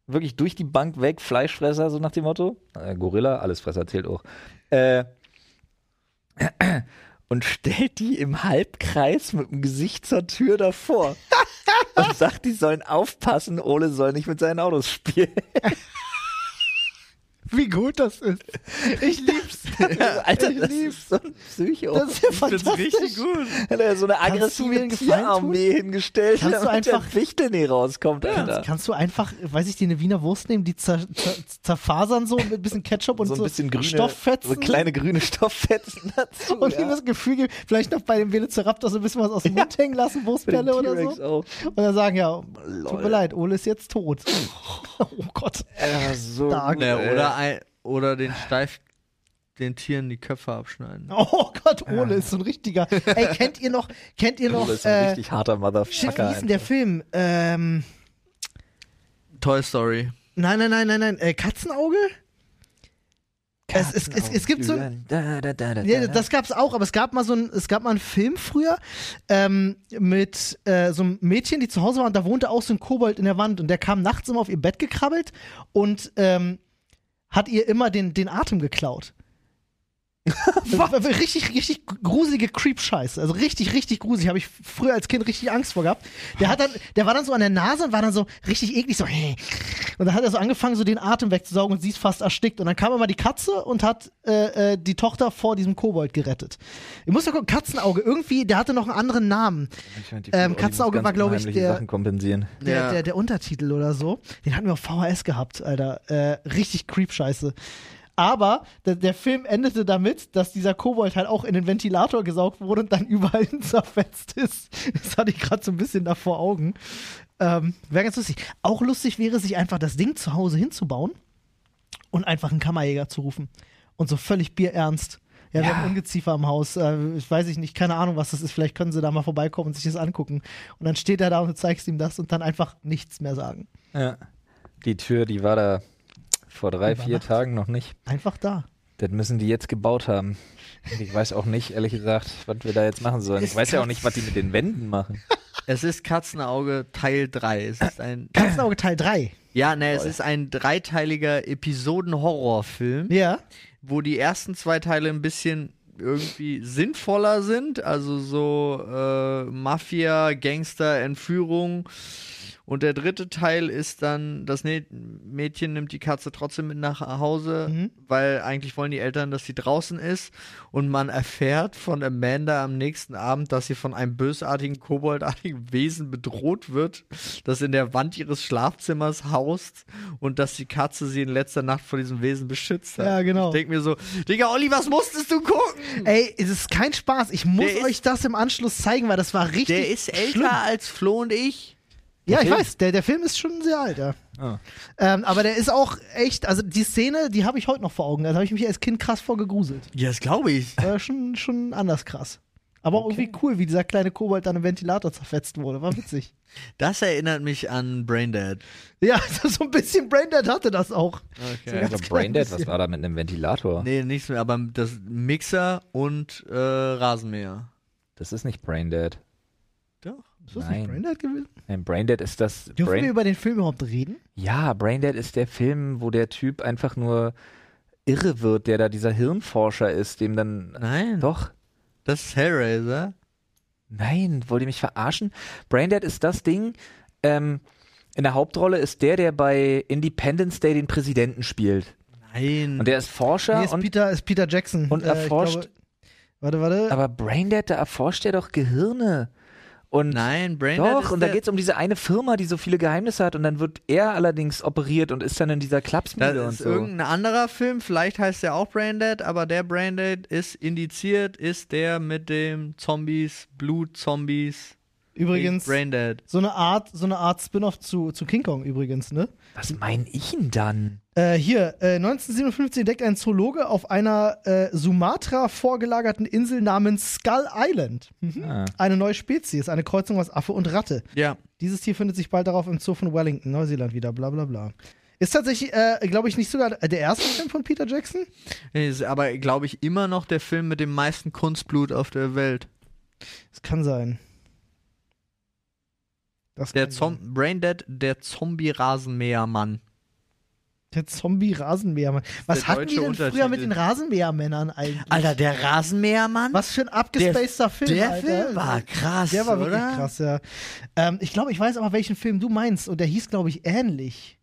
Wirklich durch die Bank weg, Fleischfresser, so nach dem Motto. Äh, Gorilla, Allesfresser zählt auch. Äh, und stellt die im Halbkreis mit dem Gesicht zur Tür davor. und sagt, Also die sollen aufpassen, Ole soll nicht mit seinen Autos spielen.
Wie gut das ist. Ich lieb's.
Alter,
Ich
das
lieb's.
ist so ein Psycho.
Das ist ja
Ich find's
fantastisch.
richtig gut.
Hat er so eine
Kannst du mir
aggressive
einen Gefallen
Tierarmee hingestellt,
Kannst du
damit
einfach-
der Wichtel nie rauskommt, Alter.
Kannst du einfach, weiß ich, dir eine Wiener Wurst nehmen, die zer, zer, zerfasern so mit ein bisschen Ketchup und
so
so,
ein bisschen grüne,
Stofffetzen
so kleine grüne Stofffetzen dazu.
und
ja.
ihm das Gefühl geben, vielleicht noch bei dem Velociraptor so ein bisschen was aus dem Mund hängen lassen,
Für den
Wurstbälle oder
T-Rex
so.
auch.
Und dann sagen, ja, tut
Lol.
mir leid, Ole ist jetzt tot. Oh Gott.
Ja, so
Stark.
gut,
Ja,
ey.
oder, ein, oder den steif den Tieren die Köpfe abschneiden.
Oh Gott, Ole ist so ein richtiger. Ey, kennt ihr noch, kennt ihr noch,
Ah. Ole ist ein
äh,
richtig harter
shit, wie
Motherfucker.
hieß denn der Film? Ähm,
Toy Story.
nein, nein, nein, nein, nein, äh, Katzenauge? Es, es, es, es gibt so ein,
Da, da, da, da,
Ja,
da. ne?
das gab's auch, aber es gab mal so ein, es gab mal einen Film früher ähm, mit äh, so einem Mädchen, die zu Hause war und da wohnte auch so ein Kobold in der Wand und der kam nachts immer auf ihr Bett gekrabbelt und ähm, hat ihr immer den, den Atem geklaut. Das war richtig, richtig gruselige Creep-Scheiße. Also richtig, richtig gruselig. Habe ich früher als Kind richtig Angst vor gehabt. Der hat dann, der war dann so an der Nase und war dann so richtig eklig, so, hey. Und dann hat er so angefangen, so den Atem wegzusaugen und sie ist fast erstickt. Und dann kam immer die Katze und hat äh, äh, die Tochter vor diesem Kobold gerettet. Ich muss mal gucken, Katzenauge, irgendwie, der hatte noch einen anderen Namen.
Ich meine, die
ähm,
Olli muss
Katzenauge
ganz
war, glaub ich,
unheimliche
der-
Sachen kompensieren.
Der,
Ja.
der, der Untertitel oder so. Den hatten wir auf VHS gehabt, Alter. Äh, richtig Creep-Scheiße. Aber der, der Film endete damit, dass dieser Kobold halt auch in den Ventilator gesaugt wurde und dann überall hin zerfetzt ist. Das hatte ich gerade so ein bisschen da vor Augen. Ähm, wäre ganz lustig. Auch lustig wäre, sich einfach das Ding zu Hause hinzubauen und einfach einen Kammerjäger zu rufen. Und so völlig bierernst. Ja, wir haben Ungeziefer im Haus. Äh, ich weiß ich nicht, keine Ahnung, was das ist. Vielleicht können sie da mal vorbeikommen und sich das angucken. Und dann steht er da und du zeigst ihm das und dann einfach nichts mehr sagen.
Ja. Die Tür, die war da vor drei,
Über
vier
Nacht.
Tagen noch nicht.
Einfach da.
Das müssen die jetzt gebaut haben. Und Ich weiß auch nicht, ehrlich gesagt, was wir da jetzt machen sollen. Ich weiß ja auch nicht, was die mit den Wänden machen.
Es ist Katzenauge Teil 3. Es ist ein
Katzenauge Teil 3.
Ja, ne, es ist ein dreiteiliger Episoden-Horrorfilm,
Ja.
wo die ersten zwei Teile ein bisschen irgendwie sinnvoller sind, also so äh, Mafia, Gangster, Entführung. Und der dritte Teil ist dann, das Nä- Mädchen nimmt die Katze trotzdem mit nach Hause,
Mhm.
weil eigentlich wollen die Eltern, dass sie draußen ist. Und man erfährt von Amanda am nächsten Abend, dass sie von einem bösartigen, koboldartigen Wesen bedroht wird, das in der Wand ihres Schlafzimmers haust und dass die Katze sie in letzter Nacht vor diesem Wesen beschützt hat.
Ja, genau.
Ich denk mir so, Digga, Olli, was musstest du gucken?
Ey, es ist kein Spaß. Ich muss
Hm. Der ist-
euch das im Anschluss zeigen, weil das war richtig.
Der ist älter
schlimm.
als Flo und ich.
Ja, ich
Film?
weiß, der, der Film ist schon sehr alt, ja.
Ah.
Ähm, aber der ist auch echt, also die Szene, die habe ich heute noch vor Augen. Da habe ich mich als Kind krass vorgegruselt.
Ja, das glaube ich.
War schon, schon anders krass. Aber auch irgendwie cool, wie dieser kleine Kobold dann im Ventilator zerfetzt wurde. War witzig.
Das erinnert mich an Braindead.
ja, so ein bisschen Braindead hatte das auch.
Okay.
ganz
Also Braindead, was
bisschen.
war da mit einem Ventilator?
Nee, nichts mehr, aber das Mixer und äh, Rasenmäher.
Das ist nicht Braindead.
Doch.
Ist das
Nein.
nicht Braindead gewesen?
Nein, Braindead ist das.
Dürfen wir
Brain
über den Film überhaupt reden?
ja, Braindead ist der Film, wo der Typ einfach nur irre wird, der da dieser Hirnforscher ist, dem dann. äh,
Nein.
Doch.
Das ist Hellraiser.
Nein, wollt ihr mich verarschen? Braindead ist das Ding. Ähm, in der Hauptrolle ist der, der bei Independence Day den Präsidenten spielt.
Nein.
Und der ist Forscher
Hm. nee, ist,
und
Peter, ist Peter Jackson. Äh,
und
ich
erforscht-
glaube- warte, warte.
Aber Braindead, da erforscht er doch Gehirne. Und
Nein, Braindead.
doch,
ist
und da
der-
geht es um diese eine Firma, die so viele Geheimnisse hat und dann wird er allerdings operiert und ist dann in dieser Klapsmühle
Das
und
ist
so.
irgendein anderer Film, vielleicht heißt der auch Braindead, aber der Braindead ist indiziert, ist der mit dem Zombies, Blutzombies.
Übrigens,
Braindead.
so eine Art, so eine Art Spin-off zu, zu King Kong übrigens, ne?
Was meine ich denn dann?
Äh, hier, äh, 1957 entdeckt ein Zoologe auf einer äh, Sumatra vorgelagerten Insel namens Skull Island mhm.
Ah.
eine neue Spezies, eine Kreuzung aus Affe und Ratte.
Ja.
Dieses Tier findet sich bald darauf im Zoo von Wellington, Neuseeland wieder, bla bla bla. Ist tatsächlich, äh, glaube ich, nicht sogar der erste Film von Peter Jackson?
Ist aber, glaube ich, immer noch der Film mit dem meisten Kunstblut auf der Welt.
Es kann sein. Das
Der
kann sein.
Zom Braindead, der Zombie-Rasenmähermann.
Der Zombie-Rasenmähermann. Was
der
hatten die
deutsche
denn früher mit
Untertitel.
den Rasenmähermännern eigentlich?
der Rasenmähermann?
Was für ein abgespaceder Film,
der
Alter.
Film war krass,
Der war wirklich
oder?
krass, ja. Ähm, ich glaube, ich weiß aber, welchen Film du meinst. Und der hieß, glaube ich, ähnlich.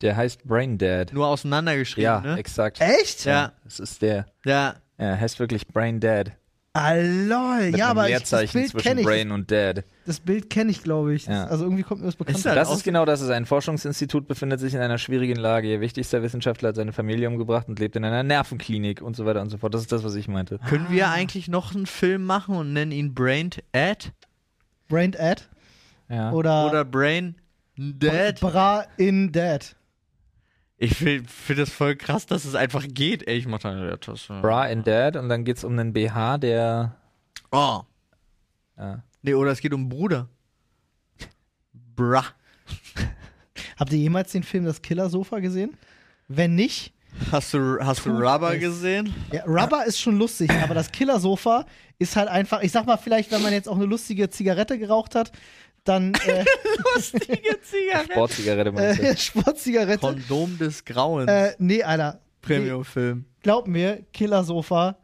Der heißt Brain Dead.
Nur auseinandergeschrieben,
Ja,
ne?
exakt.
Echt?
Ja,
Das ist der.
ja.
Er heißt wirklich Brain Dead.
Ah, lol.
Mit
ja,
einem
aber ich, das
Leerzeichen
Bild
zwischen
kenne ich.
Brain und Dead.
Das Bild kenne ich, glaube ich. Das-
Ja.
Also irgendwie kommt mir das bekannt
Ist
vor.
halt
Das
aus-
ist genau das. Es ist ein Forschungsinstitut, befindet sich in einer schwierigen Lage. Ihr wichtigster Wissenschaftler hat seine Familie umgebracht und lebt in einer Nervenklinik und so weiter und so fort. Das ist das, was ich meinte.
Können wir eigentlich noch einen Film machen und nennen ihn Brained Ad?
Brain Ad
Ja.
oder,
Oder Brain Dead?
Bra in Dead.
Ich finde das voll krass, dass es einfach geht. Ey, ich mach da eine Tasse.
Bra and Dad und dann geht's um einen BH, der. äh,
Oh.
Ja.
Nee, oder es geht um Bruder. Bra.
Habt ihr jemals den Film Das Killer-Sofa gesehen? Wenn nicht,
Hast du, hast du
Tut
Rubber
es.
gesehen?
ja, Rubber ist schon lustig, aber das Killer-Sofa ist halt einfach, ich sag mal, vielleicht, wenn man jetzt auch eine lustige Zigarette geraucht hat, dann äh,
Lustige Zigarette.
Sportzigarette meinst du?
äh, Sportzigarette.
Kondom des Grauens.
Äh, nee, Alter.
Premium-Film.
glaub mir, Killer-Sofa,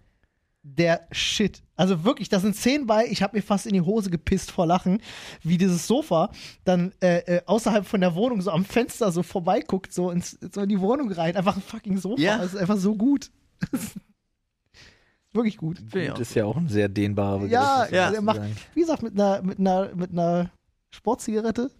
der Shit. Also wirklich, da sind Szenen bei, ich habe mir fast in die Hose gepisst vor Lachen, wie dieses Sofa dann äh, äh, außerhalb von der Wohnung so am Fenster so vorbeiguckt, so, ins, so in die Wohnung rein. Einfach ein fucking Sofa.
Ja.
Das ist einfach so gut. wirklich gut.
Film.
Gut ist ja auch ein sehr dehnbarer Begriff.
Ja,
muss man
ja,
der
so
macht,
sagen.
wie gesagt, mit einer, mit einer, mit einer Sportzigarette.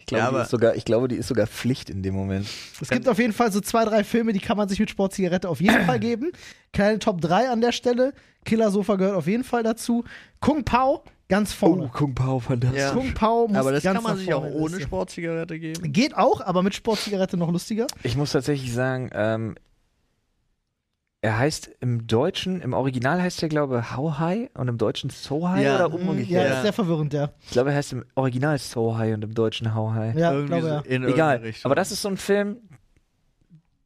Ich glaube,
Ja,
die
aber-
ist sogar, ich glaube, die ist sogar Pflicht in dem Moment.
Es gibt auf jeden Fall so zwei, drei Filme, die kann man sich mit Sportzigarette auf jeden Fall geben. Kleine Top 3 an der Stelle. Killer Sofa gehört auf jeden Fall dazu. Kung Pao ganz vorne.
Oh, Kung Pao, fantastisch.
Ja.
Kung Pao muss
Aber das
ganz
kann man
nach
sich auch
vorne in die
ohne
Liste.
Sportzigarette geben.
Geht auch, aber mit Sportzigarette noch lustiger.
Ich muss tatsächlich sagen, ähm, er heißt im Deutschen, im Original heißt er, glaube ich, How High und im Deutschen So High
Ja.
oder
Mm,
Ja,
umgekehrt.
ist sehr verwirrend, der.
Ich glaube, er heißt im Original So High und im Deutschen How High.
Ja,
Irgendwie
glaube
so
ja.
in irgendeine
Egal.
Richtung.
Aber das ist so ein Film,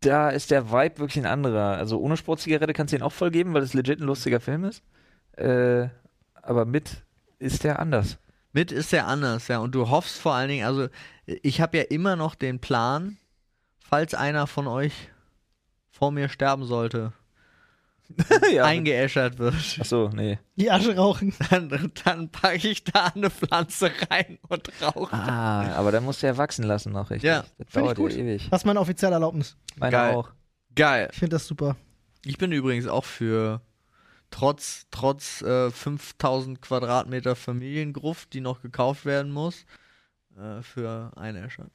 da ist der Vibe wirklich ein anderer. Also ohne Sportzigarette kannst du ihn auch voll geben, weil es legit ein lustiger Film ist. Äh, aber mit ist der anders.
Mit ist ja anders, ja. Und du hoffst vor allen Dingen, also ich habe ja immer noch den Plan, falls einer von euch vor mir sterben sollte,
ja.
eingeäschert wird,
Achso, nee.
Die Asche rauchen.
dann, dann packe ich da eine Pflanze rein und rauche.
Ah, aber dann musst du ja wachsen lassen noch, richtig?
Ja,
find
das
ich
dauert
gut.
ja ewig.
Das ist meine offizielle Erlaubnis.
Meine
Geil.
auch.
Geil.
Ich finde das super.
Ich bin übrigens auch für trotz trotz äh, 5000 Quadratmeter Familiengruft, die noch gekauft werden muss, äh, für einäschern.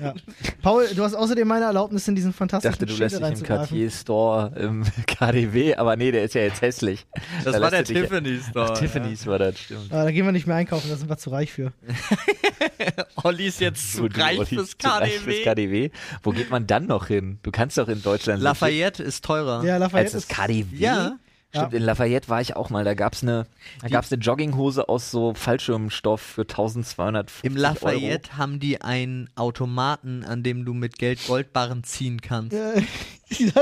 Ja. Paul, du hast außerdem meine Erlaubnis, in diesen
Ich dachte,
fantastischen
du lässt
Schädel
dich im
reinzugreifen.
Cartier-Store im KDW, aber nee, der ist ja jetzt hässlich.
Das
Da
war
lässt
der
du dich-
Tiffany Store.
Ach, Tiffany's war das, stimmt.
Ah, da gehen wir nicht mehr einkaufen, da sind wir zu reich für.
Ja. Olli ist jetzt zu
Du, du,
reich
Olli,
fürs
zu reich fürs KDW.
KDW.
Wo geht man dann noch hin? Du kannst doch in Deutschland
Lafayette ist teurer.
Ja,
so viel als
Lafayette
das
ist
KDW.
Ja.
Stimmt,
Ja.
in Lafayette war ich auch mal. Da gab's eine, da gab's eine Jogginghose aus so Fallschirmstoff für 1250
Im
Euro.
Lafayette haben die einen Automaten, an dem du mit Geld Goldbarren ziehen kannst.
Äh,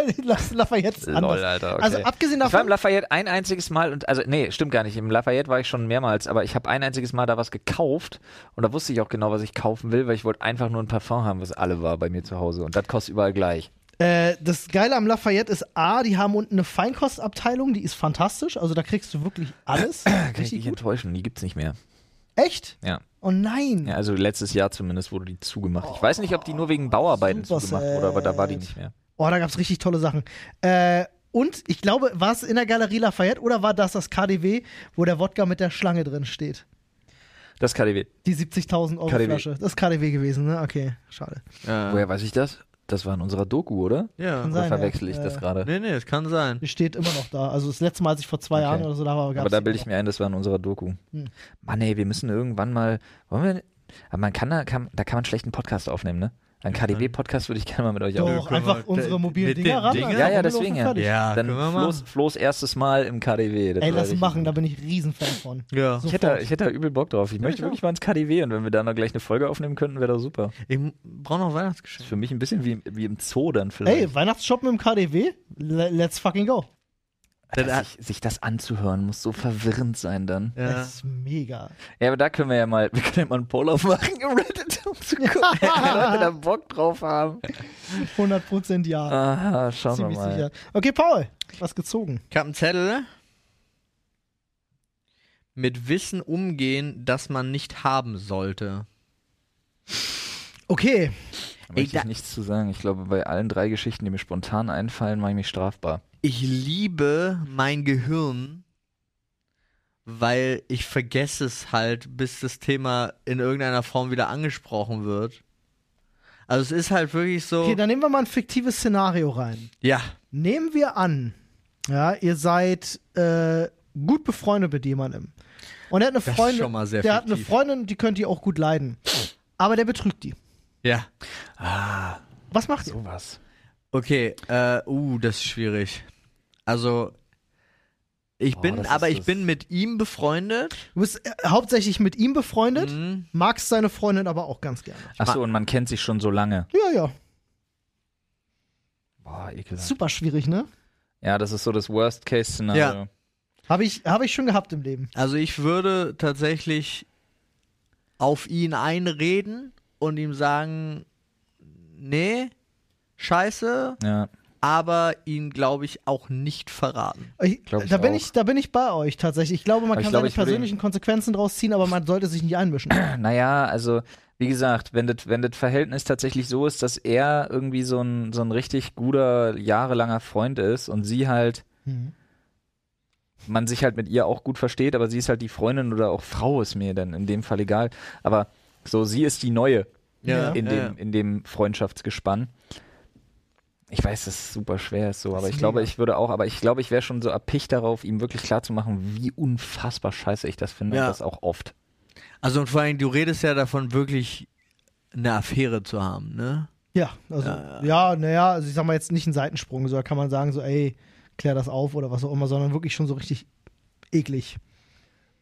Lafayette ist anders.
Lol, Alter, okay.
Also abgesehen
ich war
davon,
im Lafayette ein einziges Mal und also nee, stimmt gar nicht. Im Lafayette war ich schon mehrmals, aber ich habe ein einziges Mal da was gekauft und da wusste ich auch genau, was ich kaufen will, weil ich wollte einfach nur ein Parfum haben, was alle war bei mir zu Hause und das kostet überall gleich.
Äh, das Geile am Lafayette ist A, die haben unten eine Feinkostabteilung, die ist fantastisch. Also da kriegst du wirklich alles.
Kann ich
richtig
dich
gut.
enttäuschen, die gibt's nicht mehr.
Echt?
Ja.
Oh nein.
ja, also letztes Jahr zumindest wurde die zugemacht. Ich weiß nicht, ob die nur wegen Bauarbeiten
Oh, super
zugemacht wurde, aber da war die
sad.
nicht mehr.
Oh, da gab es richtig tolle Sachen. Äh, und ich glaube, war es in der Galerie Lafayette oder war das das KDW, wo der Wodka mit der Schlange drin steht?
Das KDW.
Die 70.000 Euro
KaDeWe.
Flasche. Das ist KDW gewesen, ne? Okay, schade.
Ja.
Woher weiß ich das? Das war in unserer Doku, oder?
Ja.
Kann
Oder
sein,
verwechsel ich
ja.
das
Äh,
gerade?
Nee, nee, es kann sein.
Die steht immer noch da. Also das letzte Mal, als ich vor zwei
Okay.
Jahren oder so da war, gab's
Aber da
die
bilde
noch.
ich mir ein, das war in unserer Doku.
Hm.
Mann, ey, wir müssen irgendwann mal. Wollen wir. Aber man kann da, kann, da kann man schlecht einen Podcast aufnehmen, ne? Ein KDW-Podcast würde ich gerne mal mit euch
Doch,
aufnehmen.
können
einfach
wir-
unsere
mit
mobilen
den
Dinger ran.
Dingen?
einfach
Ja, ja,
rumlaufen,
deswegen ja.
fertig.
Ja,
Dann
können wir machen.
Flo's, Flo's erstes Mal im KDW. Das
Ey,
war
lass
richtig-
machen, da bin ich Riesenfan von.
Ja.
So-
Ich hätte, da- ich hätte da übel Bock drauf. Ich möchte
ich
wirklich mal ins KDW und wenn wir da noch gleich eine Folge aufnehmen könnten, wäre das super.
Ich brauche noch Weihnachtsgeschenke.
Für mich ein bisschen wie, wie im Zoo dann vielleicht.
Ey, Weihnachtsshoppen im KDW? Le let's fucking go.
Das-
Dass sich, sich das anzuhören, muss so verwirrend sein dann.
Das ist mega.
Ja, aber da können wir ja mal, wir können ja mal einen Poll aufmachen im Reddit, um zu gucken, ob die Leute da Bock drauf haben.
100% ja.
Aha, Ah, schauen wir
Ziemlich
mal.
sicher. Okay, Paul, was gezogen?
Ich habe einen Zettel. Mit Wissen umgehen, das man nicht haben sollte.
Okay,
Da
Ey,
möchte ich
da-
nichts zu sagen. Ich glaube, bei allen drei Geschichten, die mir spontan einfallen, mache ich mich strafbar.
Ich liebe mein Gehirn, weil ich vergesse es halt, bis das Thema in irgendeiner Form wieder angesprochen wird. Also es ist halt wirklich so.
okay, dann nehmen wir mal ein fiktives Szenario rein.
ja.
Nehmen wir an, ja, ihr seid äh, gut befreundet mit jemandem. Und er hat eine
ist
Freundin,
schon mal sehr
der hat eine
fiktiv.
Freundin, die könnt ihr auch gut leiden. Aber der betrügt die.
Ja.
Was macht ihr?
Sowas.
Okay, äh, uh, das ist schwierig. Also, ich
Boah,
bin,
Oh, das
aber
ist
ich
das-
bin mit ihm befreundet.
Du bist äh, hauptsächlich mit ihm befreundet,
Mhm.
magst seine Freundin aber auch ganz gerne.
Achso, und man kennt sich schon so lange.
Ja, ja.
Boah, ekelhaft.
Super schwierig, ne?
Ja, das ist so das Worst-Case-Szenario.
Habe ich, hab ich schon gehabt im Leben.
Also ich würde tatsächlich auf ihn einreden und ihm sagen, nee, scheiße,
Ja.
aber ihn, glaube ich, auch nicht verraten.
Ich,
Glaub ich
da, bin
auch.
ich, da bin ich bei euch tatsächlich. Ich glaube, man
Aber ich
kann
glaube,
seine
ich würde ihn-
persönlichen Konsequenzen draus ziehen, aber man sollte sich nicht einmischen.
Naja, also wie gesagt, wenn das wenn das Verhältnis tatsächlich so ist, dass er irgendwie so ein, so ein richtig guter, jahrelanger Freund ist und sie halt,
Mhm.
man sich halt mit ihr auch gut versteht, aber sie ist halt die Freundin oder auch Frau ist mir dann in dem Fall egal. Aber so, sie ist die Neue
Ja.
in, dem, in dem Freundschaftsgespann. Ich weiß, dass es super schwer ist so, aber
ist
ich glaube,
mega.
ich würde auch, aber ich glaube, ich wäre schon so erpicht darauf, ihm wirklich klarzumachen, wie unfassbar scheiße ich das finde
Ja.
und das auch oft.
Also und vor allem, du redest ja davon, wirklich eine Affäre zu haben, ne?
Ja, also,
Äh.
Ja,
ja, naja, also ich sag mal jetzt nicht einen Seitensprung, so da kann man sagen, so, ey, klär das auf oder was auch immer, sondern wirklich schon so richtig eklig.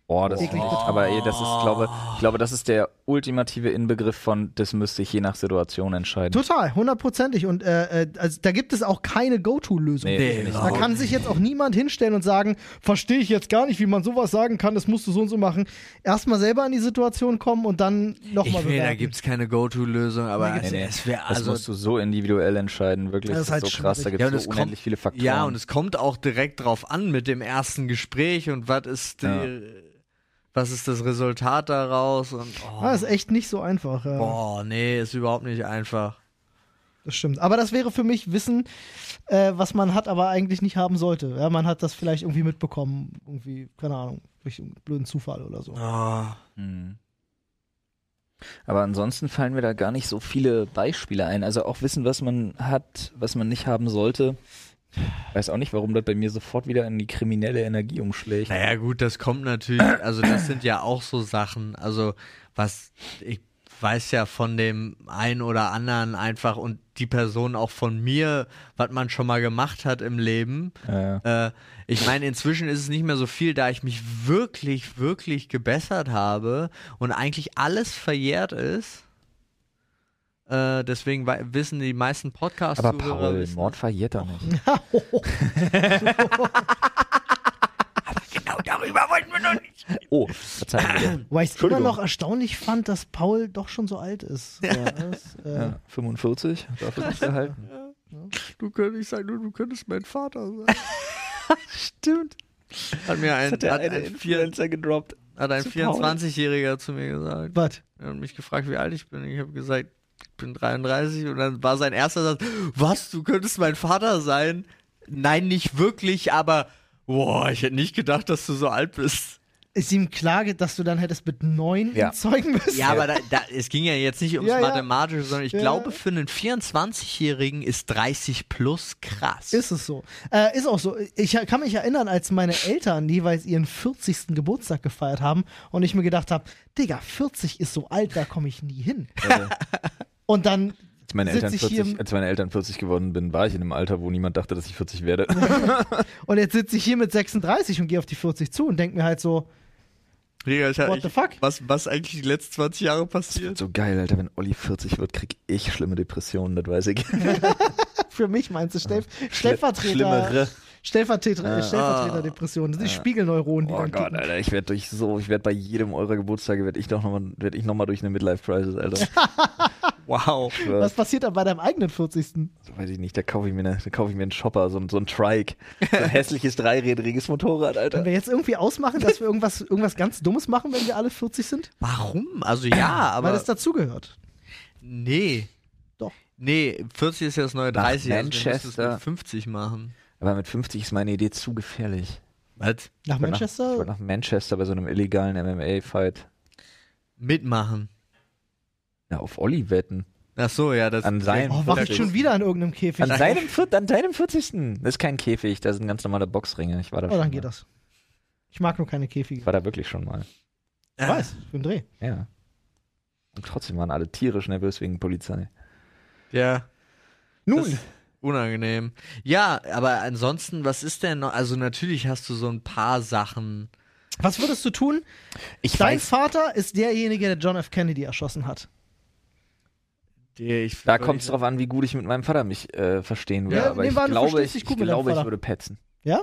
Boah, das
Eklig.
aber ey, das ist, glaube ich, glaube, das ist der ultimative Inbegriff von, das müsste ich je nach Situation entscheiden.
Total, hundertprozentig. Und äh, äh, also, da gibt es auch keine Go-To-Lösung.
Nee,
Nee,
nicht.
Da
überhaupt
kann
nicht.
sich jetzt auch niemand hinstellen und sagen, verstehe ich jetzt gar nicht, wie man sowas sagen kann, das musst du so und so machen. Erstmal selber in die Situation kommen und dann nochmal
ich will, da
bewerten.
gibt es keine Go-To-Lösung, aber
Nee, nee.
es wäre
das
also
musst du so individuell entscheiden, wirklich.
Das ist
Das ist,
halt
so krass, da
schwierig.
gibt
Ja,
es
und es
so
kommt-
unendlich viele Faktoren.
Ja, und es kommt auch direkt drauf an mit dem ersten Gespräch und was ist die, was ist das Resultat daraus und oh,
Ah, ist echt nicht so einfach. Ja.
boah, nee, ist überhaupt nicht einfach.
Das stimmt. Aber das wäre für mich Wissen, äh, was man hat, aber eigentlich nicht haben sollte. Ja, man hat das vielleicht irgendwie mitbekommen, irgendwie, keine Ahnung, durch einen blöden Zufall oder so.
Oh.
Hm. Aber ansonsten fallen mir da gar nicht so viele Beispiele ein. Also auch wissen, was man hat, was man nicht haben sollte. Weiß auch nicht, warum das bei mir sofort wieder in die kriminelle Energie umschlägt.
Naja, gut, das kommt natürlich, also das sind ja auch so Sachen, also was ich weiß ja von dem einen oder anderen einfach und die Person auch von mir, was man schon mal gemacht hat im Leben.
Äh,
Äh, ich meine, inzwischen ist es nicht mehr so viel, da ich mich wirklich, wirklich gebessert habe und eigentlich alles verjährt ist. Äh, deswegen wei- wissen die meisten Podcasts.
aber Paul, Mord verjährt er nicht.
Genau darüber wollten wir noch nicht.
Oh, verzeihen wir.
Weil ich es immer
Entschuldigung.
noch erstaunlich fand, dass Paul doch schon so alt ist. Ja, das, äh,
Ja, 45, dafür halt. nicht gehalten.
Du könntest sagen, du, du könntest mein Vater sein. Stimmt. Hat mir ein, hat ein, vier-
gedroppt.
hat ein
zu Paul.
24-Jähriger zu mir gesagt.
Was?
Er hat mich gefragt, wie alt ich bin. Ich habe gesagt, ich bin 33. Und dann war sein erster Satz: Was, du könntest mein Vater sein? Nein, nicht wirklich, aber boah, ich hätte nicht gedacht, dass du so alt bist.
ist ihm klar, dass du dann hättest mit neun
Ja.
zeugen müssen?
Ja, aber da, da, es ging ja jetzt nicht ums
Ja, ja.
Mathematische, sondern ich
Ja.
glaube, für einen 24-Jährigen ist 30 plus krass.
Ist es so. Äh, ist auch so. Ich kann mich erinnern, als meine Eltern jeweils ihren 40. Geburtstag gefeiert haben und ich mir gedacht habe, Digga, 40 ist so alt, da komme ich nie hin. und dann
Als Also. meine,
sitz
Eltern
ich hier im-
40, als meine Eltern 40 geworden bin, war ich in einem Alter, wo niemand dachte, dass ich 40 werde.
Und jetzt sitze ich hier mit 36 und gehe auf die 40 zu und denke mir halt so,
Digga, ich,
What the fuck?
Was, was eigentlich die letzten 20 Jahre passiert?
so geil, Alter, wenn Olli 40 wird, krieg ich schlimme Depressionen, das weiß ich.
für mich meinst du, Stellv Stellvertreter,
Schlimmere.
Stellvertreter, Stellvertreterdepression. Das sind die Spiegelneuronen, die
Oh
dann
Gott,
kicken.
Alter, ich werde durch so, ich werde bei jedem eurer Geburtstage, werde ich doch nochmal, werde ich noch mal durch eine Midlife-Crisis, Alter.
Wow.
Was passiert dann bei deinem eigenen 40.?
So, weiß ich nicht, da kaufe ich mir, eine, da kaufe ich mir einen Shopper, so, ein- so ein Trike. So ein hässliches dreirädriges Motorrad,
Können
Alter.
wir jetzt irgendwie ausmachen, dass wir irgendwas, irgendwas ganz Dummes machen, wenn wir alle 40 sind?
Warum? Also ja, aber
Weil das dazugehört.
nee.
Doch.
Nee, 40 ist ja das neue 30, also wir müssen es
Manchester.
mit 50 machen.
Aber mit 50 ist meine Idee zu gefährlich.
Was?
Nach
Ich wollt Nach, ich
Manchester?
wollt nach Manchester bei so einem illegalen MMA-Fight.
Mitmachen.
Ja, auf Olli wetten.
Ach so, ja, das
An seinem
Oh, wach ich schon wieder in irgendeinem Käfig.
An seinem, vier- an seinem 40. Das ist kein Käfig, da sind ganz normale Boxringe. Ich war da
oh,
schon
dann
mal.
geht das. Ich mag nur keine
Ich
Käfige.
war da wirklich schon mal.
Ich weiß, für den Dreh.
Ja. Und trotzdem waren alle tierisch nervös wegen Polizei.
Ja.
Nun.
Das- Unangenehm. Ja, aber ansonsten, was ist denn noch? Also natürlich hast du so ein paar Sachen.
Was würdest du tun?
Ich
Dein Vater ist derjenige, der John F. Kennedy erschossen hat.
Die ich
Da kommt es drauf an, wie gut ich mit meinem Vater mich äh, verstehen will.
Ja,
aber
nee,
ich
warte, du
glaube,
verstehst dich
ich, ich
gut mit deinem
glaube, ich
Vater.
würde petzen.
Ja?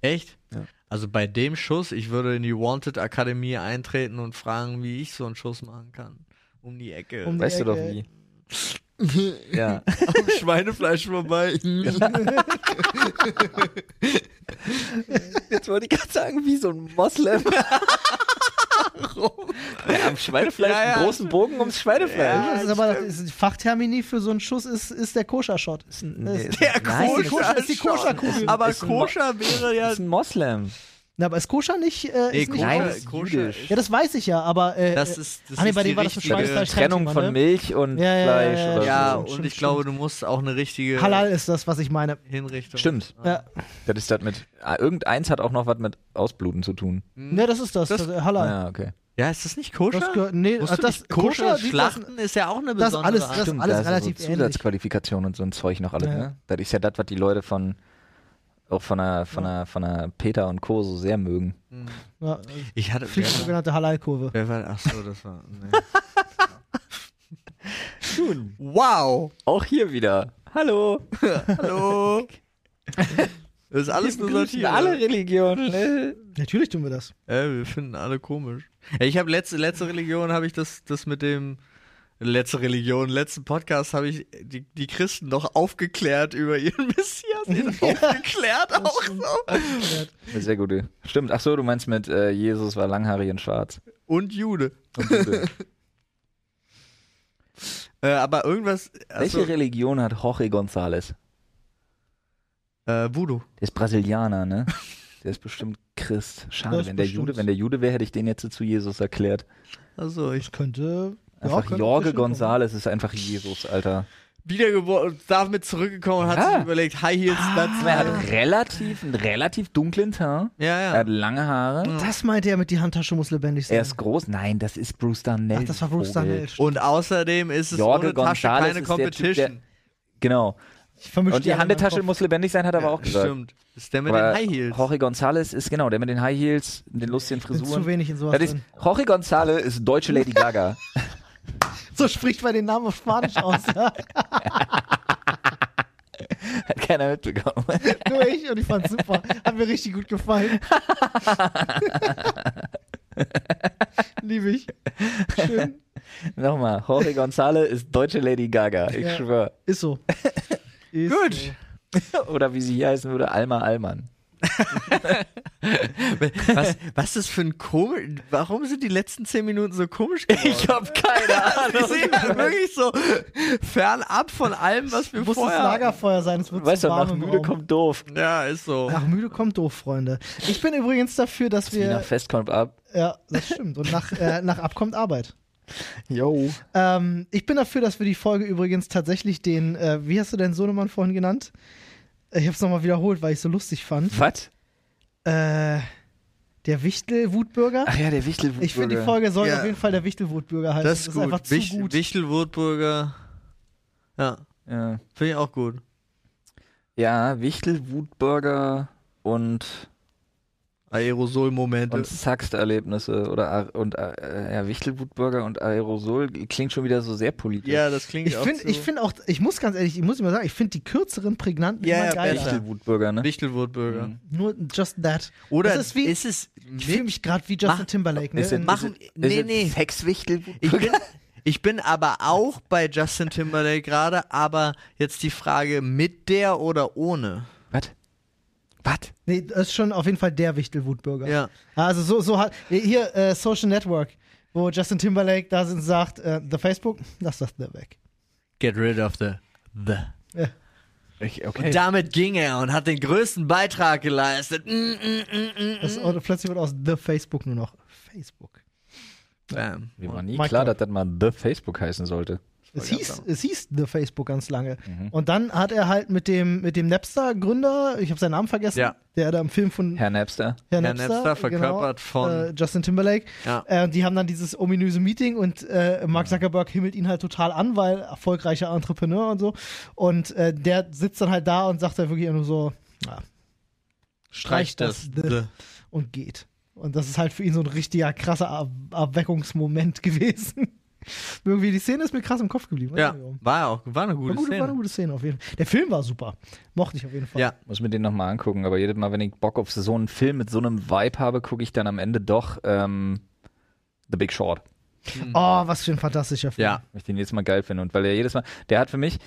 Echt?
Ja.
Also bei dem Schuss, ich würde in die Wanted Akademie eintreten und fragen, wie ich so einen Schuss machen kann. Um die Ecke.
Um- Nee,
Weißt du doch
äh,
wie. ja.
Am Schweinefleisch vorbei.
Jetzt wollte ich gerade sagen, wie so ein Moslem. ja, am Schweinefleisch,
Ja, ja.
einen großen Bogen ums Schweinefleisch.
das ist aber das ist, Fachtermini für so einen Schuss ist, ist äh, der Koscher-Shot.
Ist ein-
Das-
nee, ist-
Der
nein,
Koscher-
das
ist die Koscherkugel.
Aber
Ist ein Mo-
koscher wäre ja.
ist ein Moslem.
Na, aber ist Koscher nicht. Äh, ist nicht
Koscher-
Nein.
ist jüdisch.
Ja, das weiß ich ja, aber. Äh,
Das
äh,
ist. Das
Ah, nee,
ist
bei
die
dem war das ein
richtige-
Schweinefleisch. Das ist kein
Trennung
Thema, ne?
von Milch und
Ja, ja, ja,
Fleisch.
ja,
oder
Ja,
so.
Stimmt,
und
stimmt,
ich glaube, du musst auch eine richtige
Halal ist das, was ich meine.
Hinrichtung.
Stimmt.
Ja,
Das ist das mit. ah, Irgendeins hat auch noch was mit Ausbluten zu tun. Ah,
ne, das ist das.
Das-
das äh, Halal.
Ja, okay.
Ja, ist das nicht koscher?
Das gehört- nee,
Musst du
das-
nicht koscher
koscher sieht das-
schlachten ist ja auch eine
das
besondere
alles-
Art.
das-
Stimmt,
alles
da ist
relativ
so
ähnlich.
Zusatzqualifikation und so ein Zeug noch alles,
Ja.
ne? Das ist ja das, was die Leute von auch von der, von der, von der Peter und Co. so sehr mögen.
Ja, äh,
Ich hatte.
fliegt die sogenannte Halal-Kurve.
Wer war, ach so, das war. Nee. Wow!
Auch hier wieder. Hallo.
Hallo! Das ist alles nur Satire.
alle Religionen. ne?
Natürlich tun wir das.
Äh, wir finden alle komisch. Ey, Ich habe letzte, letzte Religion, habe ich das, das mit dem. Letzte Religion, letzten Podcast habe ich die, die Christen doch aufgeklärt über ihren Messias. aufgeklärt auch so.
Sehr gute. Stimmt. Ach so, du meinst mit äh, Jesus war langhaarig und schwarz.
Und Jude.
Und Jude.
Äh, aber irgendwas.
Welche
Also,
Religion hat Jorge González?
äh, Voodoo.
Der ist Brasilianer, ne? Der ist bestimmt Christ. Schade,
Das
wenn der,
bestimmt.
Jude, wenn der Jude wäre, hätte ich den jetzt zu Jesus erklärt.
Also, ich.
Das könnte.
Einfach
könnte
Jorge
zwischen kommen.
González ist einfach Jesus, Alter.
Wiedergeboren, damit zurückgekommen und hat
Ja.
sich überlegt, High Heels,
Ah.
Platz.
Er hat relativ, einen relativ dunklen Teint.
Ja,
Er
ja.
hat lange Haare.
Das meinte er mit, die Handtasche muss lebendig sein.
Er ist groß. Nein, das ist Bruce Darnell.
Ach, das war Bruce
Vogel.
Daniel.
Und außerdem ist es
Jorge
ohne Tasche
Gonzalez
keine
ist der Typ,
Competition.
der- Genau.
Ich vermische
Und die
alle in meinem
Handetasche
Kopf.
muss lebendig sein, hat er aber auch gesagt.
Stimmt. Ist der mit
Aber
den High Heels.
Jorge González ist genau der mit den High Heels, den lustigen
Bin zu
Frisuren.
wenig in sowas
Das ist,
drin.
Jorge González ist deutsche Lady Gaga.
So spricht man den Namen auf Spanisch aus. Ja?
Hat keiner mitbekommen.
Nur ich und ich fand's super. Hat mir richtig gut gefallen. Liebe ich. Schön.
Nochmal, Jorge González ist deutsche Lady Gaga. Ich
Ja.
schwör.
Ist so. Ist
Gut.
So.
Oder wie sie hier heißen würde, Alma Allmann.
Was, was ist für ein komisch. Warum sind die letzten 10 Minuten so komisch geworden?
Ich hab keine
Wir
Ahnung.
sind ja wirklich so fernab von allem, was wir
Muss das
vorher.
Lagerfeuer sein, es wird
Weißt
zu
du,
warm
nach
im
müde
Raum.
kommt doof.
Ja, ist so.
Nach müde kommt doof, Freunde. Ich bin übrigens dafür, dass
Wie nach
wir.
Fest kommt ab.
Ja, das stimmt. Und nach, äh, nach ab kommt Arbeit.
Yo.
Ähm, ich bin dafür, dass wir die Folge übrigens tatsächlich den. Äh, wie hast du deinen Sohnemann vorhin genannt? Ich hab's nochmal wiederholt, weil ich so lustig fand.
Was?
Äh, der Wichtel-Wutbürger?
Ach ja, der Wichtel.
Ich finde, die Folge soll
Ja.
auf jeden Fall der Wichtel-Wutbürger heißen.
Das ist gut.
einfach zu
Wich
gut.
Wichtelwurtburger. Ja,
Ja.
finde ich auch gut.
Ja, Wichtel, Wutburger und,
Aerosol-Momente.
und Saxt-Erlebnisse oder A- und äh, ja, Wichtel, Wutburger und Aerosol klingt schon wieder so sehr politisch.
ja, das klingt
Ich
auch
finde
so.
ich find auch, ich muss ganz ehrlich, ich muss immer sagen, ich finde die kürzeren, prägnanten
Ja, ja,
immer geiler.
besser.
Wichtel, Wutburger, ne?
Wichtelwurtburger.
Mhm.
Nur just that.
Oder
das ist wie,
ist es
ich fühle mich gerade wie Justin
Mach-
Timberlake. Ne?
Ist es-
In-
Machen-
ist es-
nee,
ist es
nee.
Sexwichtel,
Ich
Wutburger.
bin, ich bin aber auch bei Justin Timberlake gerade, aber jetzt die Frage mit der oder ohne.
Was? Was?
Nee, das ist schon auf jeden Fall der Wichtelwutbürger.
Ja.
Also so, so hat nee, hier äh, Social Network, wo Justin Timberlake da sind, sagt, äh, the Facebook, lass das da weg.
Get rid of the the.
Ja.
Ich,
Und damit ging er und hat den größten Beitrag geleistet. Mm, mm, mm, mm,
Das, oder plötzlich wird aus the Facebook nur noch Facebook.
mm. Bam.
Mir war nie
Mike
klar,
Love.
dass das mal The Facebook heißen sollte.
Es
ganz
hieß,
einfach.
es hieß The Facebook ganz lange. Und dann hat er halt mit dem, mit dem Napster-Gründer, ich habe seinen Namen vergessen,
Ja.
der da im Film von
Herr Napster.
Herr
Herr Napster, verkörpert von-
äh, Justin Timberlake.
Ja.
Äh, und die haben dann dieses ominöse Meeting und äh, Mark Zuckerberg himmelt ihn halt total an, weil erfolgreicher Entrepreneur und so. Und äh, der sitzt dann halt da und sagt halt wirklich nur so, ja,
Streich das. The.
und geht. Und das ist halt für ihn so ein richtiger krasser Ab Abweckungsmoment gewesen. Irgendwie die Szene ist mir krass im Kopf geblieben.
Ja,
War,
war auch war eine gute
gute, war eine
Szene.
gute Szene auf jeden Fall. Der Film war super. Mochte ich auf jeden Fall.
Ja,
Muss mir den nochmal angucken, aber jedes Mal, wenn ich Bock auf so einen Film mit so einem Vibe habe, gucke ich dann am Ende doch ähm, The Big Short.
Oh, was für ein fantastischer Film.
ja.
Weil ich den jedes Mal geil finde. Und weil er jedes Mal, der hat für mich,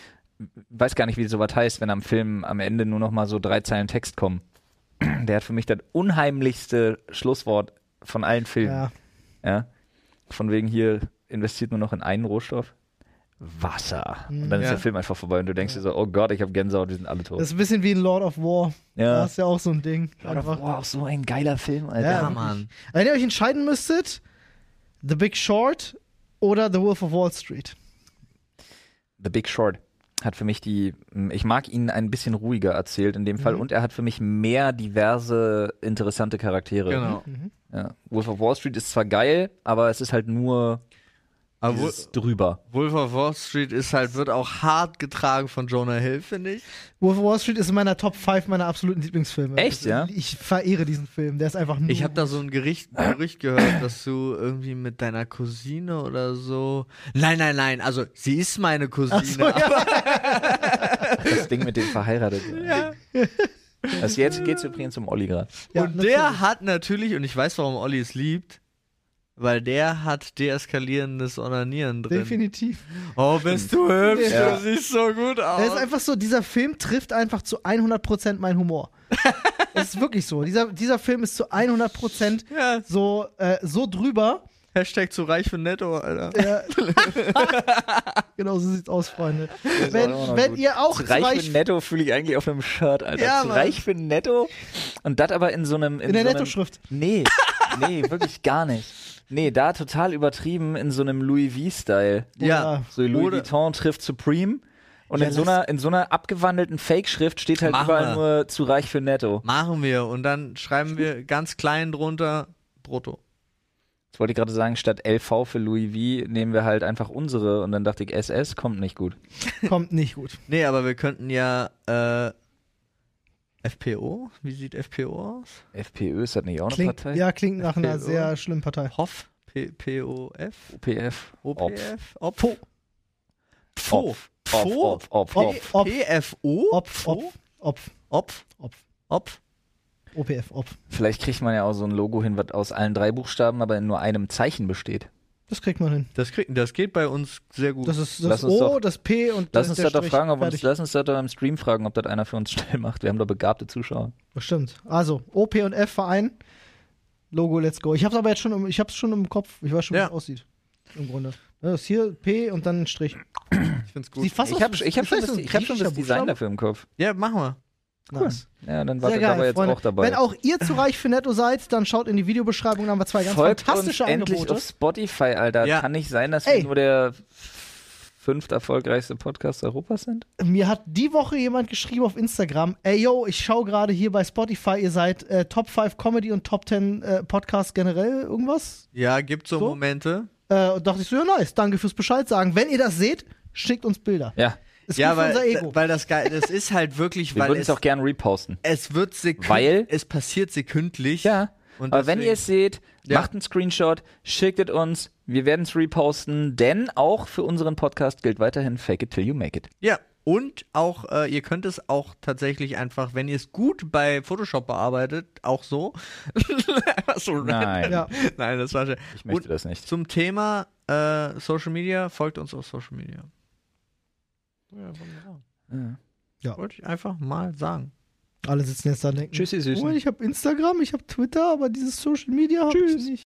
weiß gar nicht, wie sowas heißt, wenn am Film am Ende nur noch mal so drei Zeilen Text kommen. Der hat für mich das unheimlichste Schlusswort von allen Filmen.
Ja.
Ja. Von wegen hier investiert nur noch in einen Rohstoff. Wasser. Und dann ist
Ja.
der Film einfach vorbei und du denkst dir so, oh Gott, ich habe Gänsehaut, wir sind alle tot.
Das ist ein bisschen wie in Lord of War.
Ja.
Das ist ja auch so ein Ding. Einfach.
Wow, so ein geiler Film, Alter.
Ja,
Ja,
wirklich.
Mann.
Wenn ihr euch entscheiden müsstet, The Big Short oder The Wolf of Wall Street.
The Big Short hat für mich die, ich mag ihn ein bisschen ruhiger erzählt in dem Fall und er hat für mich mehr diverse, interessante Charaktere.
Genau.
Ja. Wolf of Wall Street ist zwar geil, aber es ist halt nur
Aber Wol-
dieses drüber.
Wolf of Wall Street ist halt, wird auch hart getragen von Jonah Hill, finde ich.
Wolf of Wall Street ist in meiner Top 5 meiner absoluten Lieblingsfilme. Also,
Echt, ja?
Ich verehre diesen Film. Der ist einfach nur.
Ich habe da so ein Gericht, Gerücht gehört, dass du irgendwie mit deiner Cousine oder so. Nein, nein, nein. Also sie ist meine Cousine.
so, ja.
Das Ding mit dem verheiratet. ja. Also jetzt geht's übrigens um Olli gerade.
Ja,
und
natürlich.
der hat natürlich, und ich weiß, warum Olli es liebt, weil der hat deeskalierendes Onanieren drin.
Definitiv.
Oh, bist du hübsch,
Ja.
du siehst so gut
Er ist
aus.
einfach so, dieser Film trifft einfach zu 100% meinen Humor. Es ist wirklich so. Dieser, dieser Film ist zu 100%
Ja,
so, äh, so drüber. Äh,
Hashtag zu reich für netto, Alter.
Genau so sieht's aus, Freunde.
auch
Wenn,
immer noch
wenn
gut.
ihr auch
Zu reich
reich
für Netto fühle ich eigentlich auf einem Shirt, Alter.
Ja,
Zu
Mann.
reich für Netto und das aber in so einem
In der
so einem-
Nettoschrift.
Nee, nee, wirklich gar nicht. Nee, da total übertrieben in so einem Louis V-Style.
Ja.
So Louis
Oder-
Vuitton trifft Supreme. Und
Ja,
in, so
lass-
einer, in so einer abgewandelten Fake-Schrift steht halt
Mach
überall
mal.
nur zu reich für netto.
Machen wir und dann schreiben wir ganz klein drunter brutto.
Jetzt wollte ich gerade sagen, statt LV für Louis V nehmen wir halt einfach unsere. Und dann dachte ich, SS kommt nicht gut.
kommt nicht gut.
Nee, aber wir könnten ja äh, FPO? Wie sieht FPO aus?
FPÖ ist das nicht auch eine
Klingt,
Partei?
ja, klingt nach einer
FPÖ.
sehr schlimmen Partei.
Hoff? P POF?
OPF. Opf.
OPF? Opfo? Pfo.
Opf. Opf. Opf. Opf.
Pfo?
Opf.
Opf.
Opf.
PFO?
Opf, Opf, Opf,
Opf?
Opf.
Opf?
OPF, Opf.
Vielleicht kriegt man ja auch so ein Logo hin, was aus allen drei Buchstaben, aber in nur einem Zeichen besteht.
Das kriegt man hin.
Das, krieg, das geht bei uns sehr gut.
Das ist
Lass
das
uns
O,
doch-
das P und
Lass
der-
uns
der
das doch
Strich.
fragen, ob uns,
Fertig.
lass uns das doch im Stream fragen, ob das einer für uns schnell macht. Wir haben doch begabte Zuschauer.
Bestimmt. Also, O, P und F vereinen. Logo, let's go. Ich hab's aber jetzt schon im, ich hab's schon im Kopf. Ich weiß schon, wie
Ja.
es aussieht. Im Grunde. Das ist hier P und dann ein Strich.
ich find's gut.
Sieht fast
Ich
aus-
habe ich hab
ist
schon,
das
das,
so ein
ich hab schon das
griechischer
Design
Buchstabe?
dafür im Kopf.
Ja, machen wir.
Nice.
Ja, dann
Sehr
wartet
geil,
aber jetzt
Freunde.
auch dabei.
Wenn auch ihr zu reich für Netto seid, dann schaut in die Videobeschreibung, da haben wir zwei ganz
Folgt uns
fantastische
endlich
Angebote.
auf Spotify, Alter.
Ja.
Kann nicht sein, dass
Ey.
wir nur der fünft erfolgreichste Podcast Europas sind.
Mir hat die Woche jemand geschrieben auf Instagram, ey yo, ich schaue gerade hier bei Spotify, ihr seid äh, Top 5 Comedy und Top 10 äh, Podcast generell irgendwas.
Ja, gibt so,
So?
Momente.
Äh, und dachte ich so, ja nice, danke fürs Bescheid sagen. Wenn ihr das seht, schickt uns Bilder.
Ja,
Ist
ja,
gut für unser Ego.
weil, weil das geil, das ist halt wirklich,
wir
weil
würden es
es,
auch gern reposten.
es wird sekündlich,
Weil?
es passiert sekündlich.
Ja,
Und
aber wenn
deswegen-
ihr es seht,
Ja.
macht einen Screenshot, schickt es uns, wir werden es reposten, denn auch für unseren Podcast gilt weiterhin Fake it till you make it.
Ja, und auch, äh, ihr könnt es auch tatsächlich einfach, wenn ihr es gut bei Photoshop bearbeitet, auch so. Einfach so
Nein.
ja.
random. Nein, das war schön.
Ich möchte
und
das nicht.
Zum Thema äh, Social Media, folgt uns auf Social Media. Ja, wunderbar.
Ja.
Wollte ich einfach mal sagen.
Alle sitzen jetzt da und denken,
Tschüssi, Süßen.
Moment, ich habe Instagram, ich habe Twitter, aber dieses Social Media habe ich
Tschüss.
nicht.